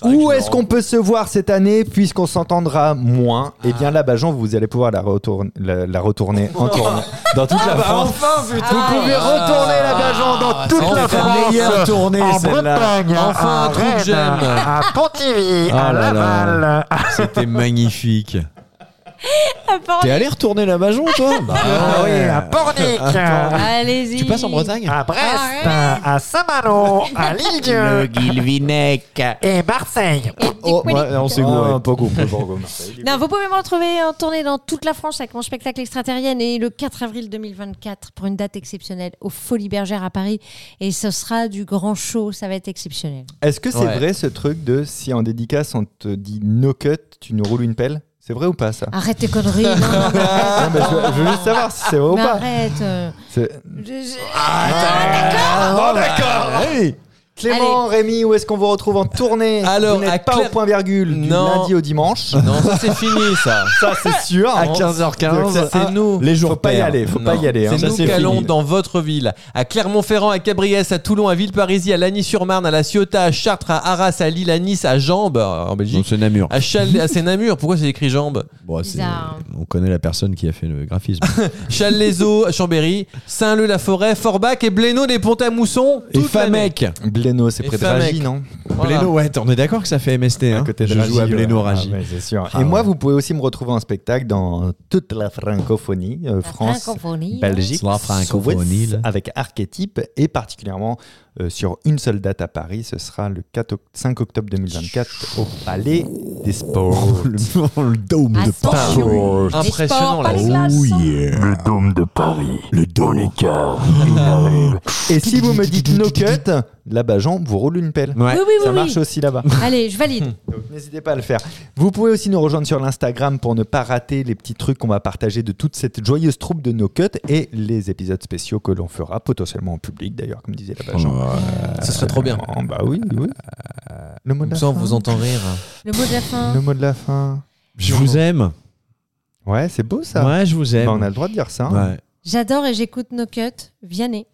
[SPEAKER 6] je
[SPEAKER 2] Où
[SPEAKER 6] me
[SPEAKER 2] est-ce
[SPEAKER 6] rends
[SPEAKER 2] qu'on peut se voir cette année puisqu'on s'entendra moins Eh
[SPEAKER 6] Ah.
[SPEAKER 2] bien là, Bajon, vous allez pouvoir la, retourne- la, la retourner en tournée Ah, bah, dans toute la France. vous pouvez
[SPEAKER 4] Ah.
[SPEAKER 2] retourner la Bajon dans toute la
[SPEAKER 5] enfin,
[SPEAKER 2] France.
[SPEAKER 6] meilleure tournée,
[SPEAKER 2] en
[SPEAKER 6] celle-là.
[SPEAKER 2] Bretagne, hein,
[SPEAKER 5] Enfin,
[SPEAKER 2] à
[SPEAKER 5] un truc que
[SPEAKER 2] Rennes,
[SPEAKER 5] j'aime.
[SPEAKER 2] à Pontivy, à
[SPEAKER 6] Ah là là.
[SPEAKER 2] Laval.
[SPEAKER 6] C'était magnifique.
[SPEAKER 4] Apporte-
[SPEAKER 6] T'es allé retourner la Bajon, toi
[SPEAKER 2] Ah oui, à Pornic, à
[SPEAKER 4] Allez-y.
[SPEAKER 6] Tu passes en Bretagne
[SPEAKER 5] Ah
[SPEAKER 2] Brest,
[SPEAKER 4] Arrête.
[SPEAKER 2] à Saint-Malo, à Lille-Dieu
[SPEAKER 5] Guilvinec.
[SPEAKER 2] et Marseille.
[SPEAKER 4] Et Dick Willy.
[SPEAKER 2] Ah, on s'est
[SPEAKER 6] Ah,
[SPEAKER 2] gouré. pas gouré, pas gouré.
[SPEAKER 4] Non, vous pouvez me retrouver en tournée dans toute la France avec mon spectacle extraterrienne et le 4 avril 2024 pour une date exceptionnelle aux Folies Bergères à Paris. Et ce sera du grand show, ça va être exceptionnel.
[SPEAKER 2] Est-ce que c'est
[SPEAKER 5] Ouais.
[SPEAKER 2] vrai ce truc de si en dédicace on te dit no cut, tu nous roules une pelle C'est vrai ou pas ça
[SPEAKER 4] Arrête tes conneries. non, non, mais
[SPEAKER 6] Ah.
[SPEAKER 2] Non, mais je, veux- je veux juste savoir si c'est vrai ou
[SPEAKER 4] mais
[SPEAKER 2] pas.
[SPEAKER 4] arrête. euh,
[SPEAKER 2] C'est-
[SPEAKER 4] je- je-
[SPEAKER 2] Ah, d'accord Hey Clément, Rémi, où est-ce qu'on vous retrouve en tournée
[SPEAKER 5] Alors,
[SPEAKER 2] Vous n'êtes
[SPEAKER 5] à
[SPEAKER 2] pas
[SPEAKER 5] Claire-
[SPEAKER 2] au point virgule du
[SPEAKER 5] Non.
[SPEAKER 2] lundi au dimanche.
[SPEAKER 5] Non, ça c'est fini ça.
[SPEAKER 2] Ça, c'est sûr.
[SPEAKER 5] À
[SPEAKER 2] hein.
[SPEAKER 5] 15h15,
[SPEAKER 2] Donc, ça,
[SPEAKER 5] c'est nous.
[SPEAKER 2] Ah, Les jours Faut pas y
[SPEAKER 5] pairs.
[SPEAKER 2] aller, faut pas
[SPEAKER 5] Non.
[SPEAKER 2] y aller. hein.
[SPEAKER 5] C'est
[SPEAKER 2] Ça,
[SPEAKER 5] nous qui allons
[SPEAKER 2] fini.
[SPEAKER 5] dans votre ville. À Clermont-Ferrand, à Cabriès, à Toulon, à Villeparisis, à Lagny-sur-Marne, à La Ciotat, à Chartres, à Arras, à Lille, à Nice, à Jambes, euh, en Belgique.
[SPEAKER 6] c'est Namur.
[SPEAKER 5] À Chalais, à Sénamur, pourquoi c'est écrit Jambes
[SPEAKER 6] Bon, c'est-
[SPEAKER 4] Bizarre.
[SPEAKER 6] on connaît la personne qui a fait le graphisme.
[SPEAKER 5] Challes-les-Eaux, à Chambéry, Saint-Leu-la-Forêt, Forbach et Blénaud des Ponts à Mousson.
[SPEAKER 6] Et
[SPEAKER 5] toute l'année.
[SPEAKER 6] Famec.
[SPEAKER 2] Bléno, c'est
[SPEAKER 5] Et
[SPEAKER 2] près de
[SPEAKER 5] Famec.
[SPEAKER 2] Ragy, non
[SPEAKER 5] Voilà.
[SPEAKER 6] Bléno, ouais, on est d'accord que ça fait MST. Hein.
[SPEAKER 2] À côté de
[SPEAKER 6] je
[SPEAKER 2] Ragy,
[SPEAKER 6] joue à
[SPEAKER 2] ouais.
[SPEAKER 6] Bléno
[SPEAKER 2] Ah,
[SPEAKER 6] Ragy.
[SPEAKER 2] ouais, c'est sûr.
[SPEAKER 6] Ah,
[SPEAKER 2] Et moi,
[SPEAKER 6] ouais.
[SPEAKER 2] vous pouvez aussi me retrouver en spectacle dans toute la francophonie, euh,
[SPEAKER 4] la
[SPEAKER 2] France,
[SPEAKER 4] francophonie.
[SPEAKER 2] Belgique,
[SPEAKER 6] La francophonie,
[SPEAKER 2] Suisse,
[SPEAKER 6] là.
[SPEAKER 2] avec Archétype et particulièrement euh, sur une seule date à Paris. Ce sera le 4 oct- 5 octobre 2024 au Palais des Sports.
[SPEAKER 6] le dôme
[SPEAKER 4] de Attention.
[SPEAKER 6] Paris.
[SPEAKER 5] Impressionnant, là.
[SPEAKER 4] Les sports
[SPEAKER 2] Ah
[SPEAKER 4] par hein. les classes.
[SPEAKER 6] Le dôme de Paris. Le dôme est
[SPEAKER 2] Et si vous me dites no cut, là-bas, Jean vous roule une pelle.
[SPEAKER 4] Oui, oui, oui.
[SPEAKER 2] Ça
[SPEAKER 4] oui.
[SPEAKER 2] marche aussi là-bas.
[SPEAKER 4] Allez, je valide.
[SPEAKER 2] Donc, N'hésitez pas à le faire. Vous pouvez aussi nous rejoindre sur l'Instagram pour ne pas rater les petits trucs qu'on va partager de toute cette joyeuse troupe de No Cut et les épisodes spéciaux que l'on fera potentiellement en public d'ailleurs, comme disait la Jean.
[SPEAKER 5] Ce Oh serait trop bien. Euh,
[SPEAKER 2] Oh, bah oui, oui. Le mot de
[SPEAKER 5] Comme
[SPEAKER 2] la
[SPEAKER 5] ça,
[SPEAKER 2] fin.
[SPEAKER 5] on vous entend rire.
[SPEAKER 4] Le mot de la fin.
[SPEAKER 2] Le mot de la fin.
[SPEAKER 3] Je vous aime.
[SPEAKER 2] Ouais, c'est beau ça.
[SPEAKER 3] Ouais, je vous
[SPEAKER 2] Bah, on
[SPEAKER 3] aime. Ah
[SPEAKER 2] a le droit de dire ça. hein.
[SPEAKER 3] Ouais.
[SPEAKER 4] J'adore et j'écoute No Cut. Vianney.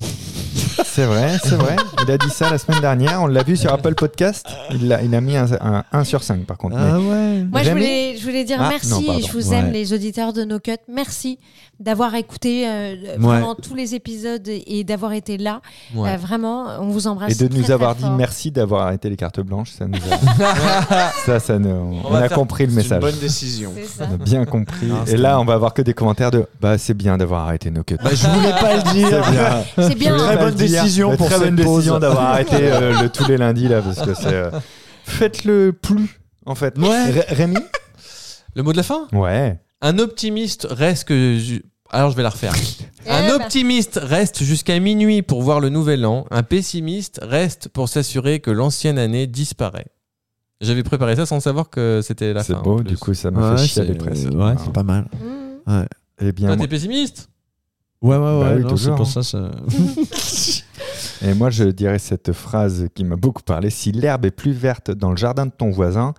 [SPEAKER 2] C'est vrai, c'est vrai. Il a dit ça la semaine dernière. On l'a vu sur Apple Podcast. Il a, il a mis un, un 1 sur 5 par contre. Mais-
[SPEAKER 3] Ah ouais.
[SPEAKER 4] Moi, je
[SPEAKER 2] Jamais.
[SPEAKER 4] voulais, je voulais dire
[SPEAKER 2] Ah,
[SPEAKER 4] merci.
[SPEAKER 2] non,
[SPEAKER 4] et
[SPEAKER 2] pardon.
[SPEAKER 4] je vous aime,
[SPEAKER 3] Ouais.
[SPEAKER 4] les auditeurs de No Cut. Merci d'avoir écouté euh, vraiment tous les épisodes et d'avoir été là.
[SPEAKER 5] Ouais.
[SPEAKER 4] Euh, vraiment, on vous embrasse.
[SPEAKER 2] Et de nous
[SPEAKER 4] Ah, très,
[SPEAKER 2] avoir
[SPEAKER 4] très
[SPEAKER 2] dit
[SPEAKER 4] fort.
[SPEAKER 2] merci d'avoir arrêté les cartes blanches, ça nous a... ça, ça nous... On,
[SPEAKER 5] va
[SPEAKER 2] a
[SPEAKER 5] faire-
[SPEAKER 2] compris le message.
[SPEAKER 5] décision.
[SPEAKER 4] C'est ça.
[SPEAKER 2] On a bien compris.
[SPEAKER 5] Non,
[SPEAKER 2] Et
[SPEAKER 5] c'est
[SPEAKER 2] là, on va avoir que des commentaires de bah c'est bien d'avoir arrêté nos cuts.
[SPEAKER 5] je voulais pas le dire.
[SPEAKER 2] Ah,
[SPEAKER 4] C'est bien.
[SPEAKER 2] Je voulais pas
[SPEAKER 3] bonne
[SPEAKER 2] le dire,
[SPEAKER 3] décision
[SPEAKER 2] mais
[SPEAKER 3] pour
[SPEAKER 2] très
[SPEAKER 3] cette
[SPEAKER 2] bonne décision
[SPEAKER 3] pause.
[SPEAKER 2] d'avoir arrêté euh, le tous les lundis là parce que c'est euh, faites-le plus en fait. Ré- Rémi
[SPEAKER 5] Le mot de la fin
[SPEAKER 2] Ouais.
[SPEAKER 5] Un optimiste reste que. ju- Alors je vais la refaire.
[SPEAKER 4] Eh
[SPEAKER 5] Un
[SPEAKER 4] bah.
[SPEAKER 5] optimiste reste jusqu'à minuit pour voir le nouvel an. Un pessimiste reste pour s'assurer que l'ancienne année disparaît. J'avais préparé ça sans savoir que c'était la
[SPEAKER 2] C'est
[SPEAKER 5] fin. en
[SPEAKER 2] beau,
[SPEAKER 5] plus.
[SPEAKER 2] du coup ça m'a
[SPEAKER 3] Ouais,
[SPEAKER 2] fait chier Ah. à
[SPEAKER 3] c'est-
[SPEAKER 2] dépresser.
[SPEAKER 3] ouais, c'est pas mal.
[SPEAKER 4] Mmh.
[SPEAKER 2] Eh bien
[SPEAKER 5] Toi,
[SPEAKER 2] moi-
[SPEAKER 5] t'es pessimiste
[SPEAKER 3] Ouais, ouais,
[SPEAKER 2] Bah
[SPEAKER 3] ouais.
[SPEAKER 2] oui,
[SPEAKER 3] non, c'est
[SPEAKER 2] toujours,
[SPEAKER 3] pour
[SPEAKER 2] hein.
[SPEAKER 3] ça. ça...
[SPEAKER 2] Et moi, je dirais cette phrase qui m'a beaucoup parlé. Si l'herbe est plus verte dans le jardin de ton voisin,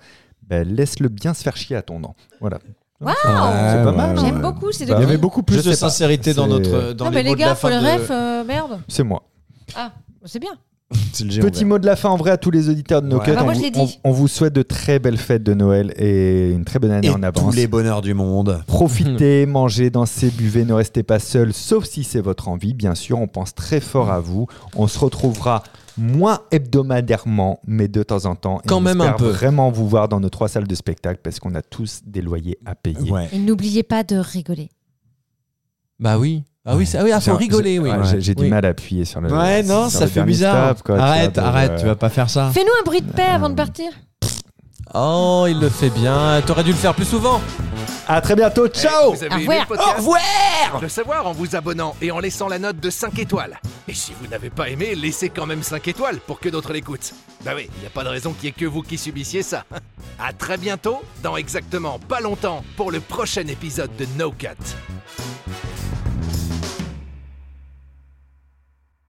[SPEAKER 2] ben, laisse-le bien se faire chier à ton dent. Voilà.
[SPEAKER 4] Waouh
[SPEAKER 2] pas mal,
[SPEAKER 4] J'aime
[SPEAKER 2] ouais.
[SPEAKER 4] beaucoup ces deux
[SPEAKER 2] Bah,
[SPEAKER 3] Il y avait
[SPEAKER 4] filles.
[SPEAKER 3] beaucoup plus
[SPEAKER 6] Je
[SPEAKER 3] de
[SPEAKER 6] sais pas.
[SPEAKER 3] sincérité dans
[SPEAKER 2] C'est-
[SPEAKER 3] notre dans
[SPEAKER 4] Non,
[SPEAKER 3] les
[SPEAKER 4] mais
[SPEAKER 3] mots
[SPEAKER 4] les
[SPEAKER 3] de la
[SPEAKER 4] gars, faut
[SPEAKER 3] fin
[SPEAKER 4] le
[SPEAKER 3] de-
[SPEAKER 4] ref, euh, merde.
[SPEAKER 2] C'est moi.
[SPEAKER 4] C'est bien.
[SPEAKER 3] C'est le géant
[SPEAKER 2] Petit mot de la fin en vrai à tous les auditeurs de nos
[SPEAKER 6] Ouais.
[SPEAKER 2] cuts.
[SPEAKER 4] Ah bah,
[SPEAKER 2] on,
[SPEAKER 4] moi, je
[SPEAKER 2] vous-
[SPEAKER 4] l'ai
[SPEAKER 2] on-
[SPEAKER 4] dit.
[SPEAKER 2] on vous souhaite de très belles fêtes de Noël et une très bonne année
[SPEAKER 6] Et
[SPEAKER 2] en avance.
[SPEAKER 6] tous les bonheurs du monde.
[SPEAKER 2] Profitez, mangez, dansez, buvez, ne restez pas seul, sauf si c'est votre envie, bien sûr. On pense très fort à vous. On se retrouvera moins hebdomadairement, mais de temps en temps. Et
[SPEAKER 5] Quand
[SPEAKER 2] on
[SPEAKER 5] même un
[SPEAKER 2] espère
[SPEAKER 5] peu.
[SPEAKER 2] vraiment vous voir dans nos trois salles de spectacle parce qu'on a tous des loyers à payer.
[SPEAKER 6] Ouais.
[SPEAKER 4] Et n'oubliez pas de rigoler.
[SPEAKER 5] Bah oui. Ah oui, ça, ah oui, ah, faut
[SPEAKER 2] J'ai-
[SPEAKER 5] rigoler,
[SPEAKER 2] j'ai-
[SPEAKER 5] oui.
[SPEAKER 2] ouais, J'ai j'ai du
[SPEAKER 5] Oui.
[SPEAKER 2] mal à appuyer sur le.
[SPEAKER 3] Ouais, non,
[SPEAKER 2] sur
[SPEAKER 3] ça
[SPEAKER 2] le
[SPEAKER 3] fait
[SPEAKER 2] dernier
[SPEAKER 3] bizarre.
[SPEAKER 2] stop, quoi, tu vois,
[SPEAKER 3] arrête,
[SPEAKER 2] de- euh,
[SPEAKER 3] arrête, tu vas pas faire ça.
[SPEAKER 4] Fais-nous un bruit de paix avant de partir.
[SPEAKER 5] Oh, il le fait bien. T'aurais dû le faire plus souvent.
[SPEAKER 2] À très bientôt, ciao.
[SPEAKER 1] Vous avez
[SPEAKER 4] Au
[SPEAKER 1] aimé
[SPEAKER 4] revoir.
[SPEAKER 1] le podcast Le savoir en vous abonnant et en laissant la note de 5 étoiles. Et si vous n'avez pas aimé, laissez quand même 5 étoiles pour que d'autres l'écoutent. Bah oui, il n'y a pas de raison qu'il y ait que vous qui subissiez ça. À très bientôt, dans exactement pas longtemps, pour le prochain épisode de No Cut.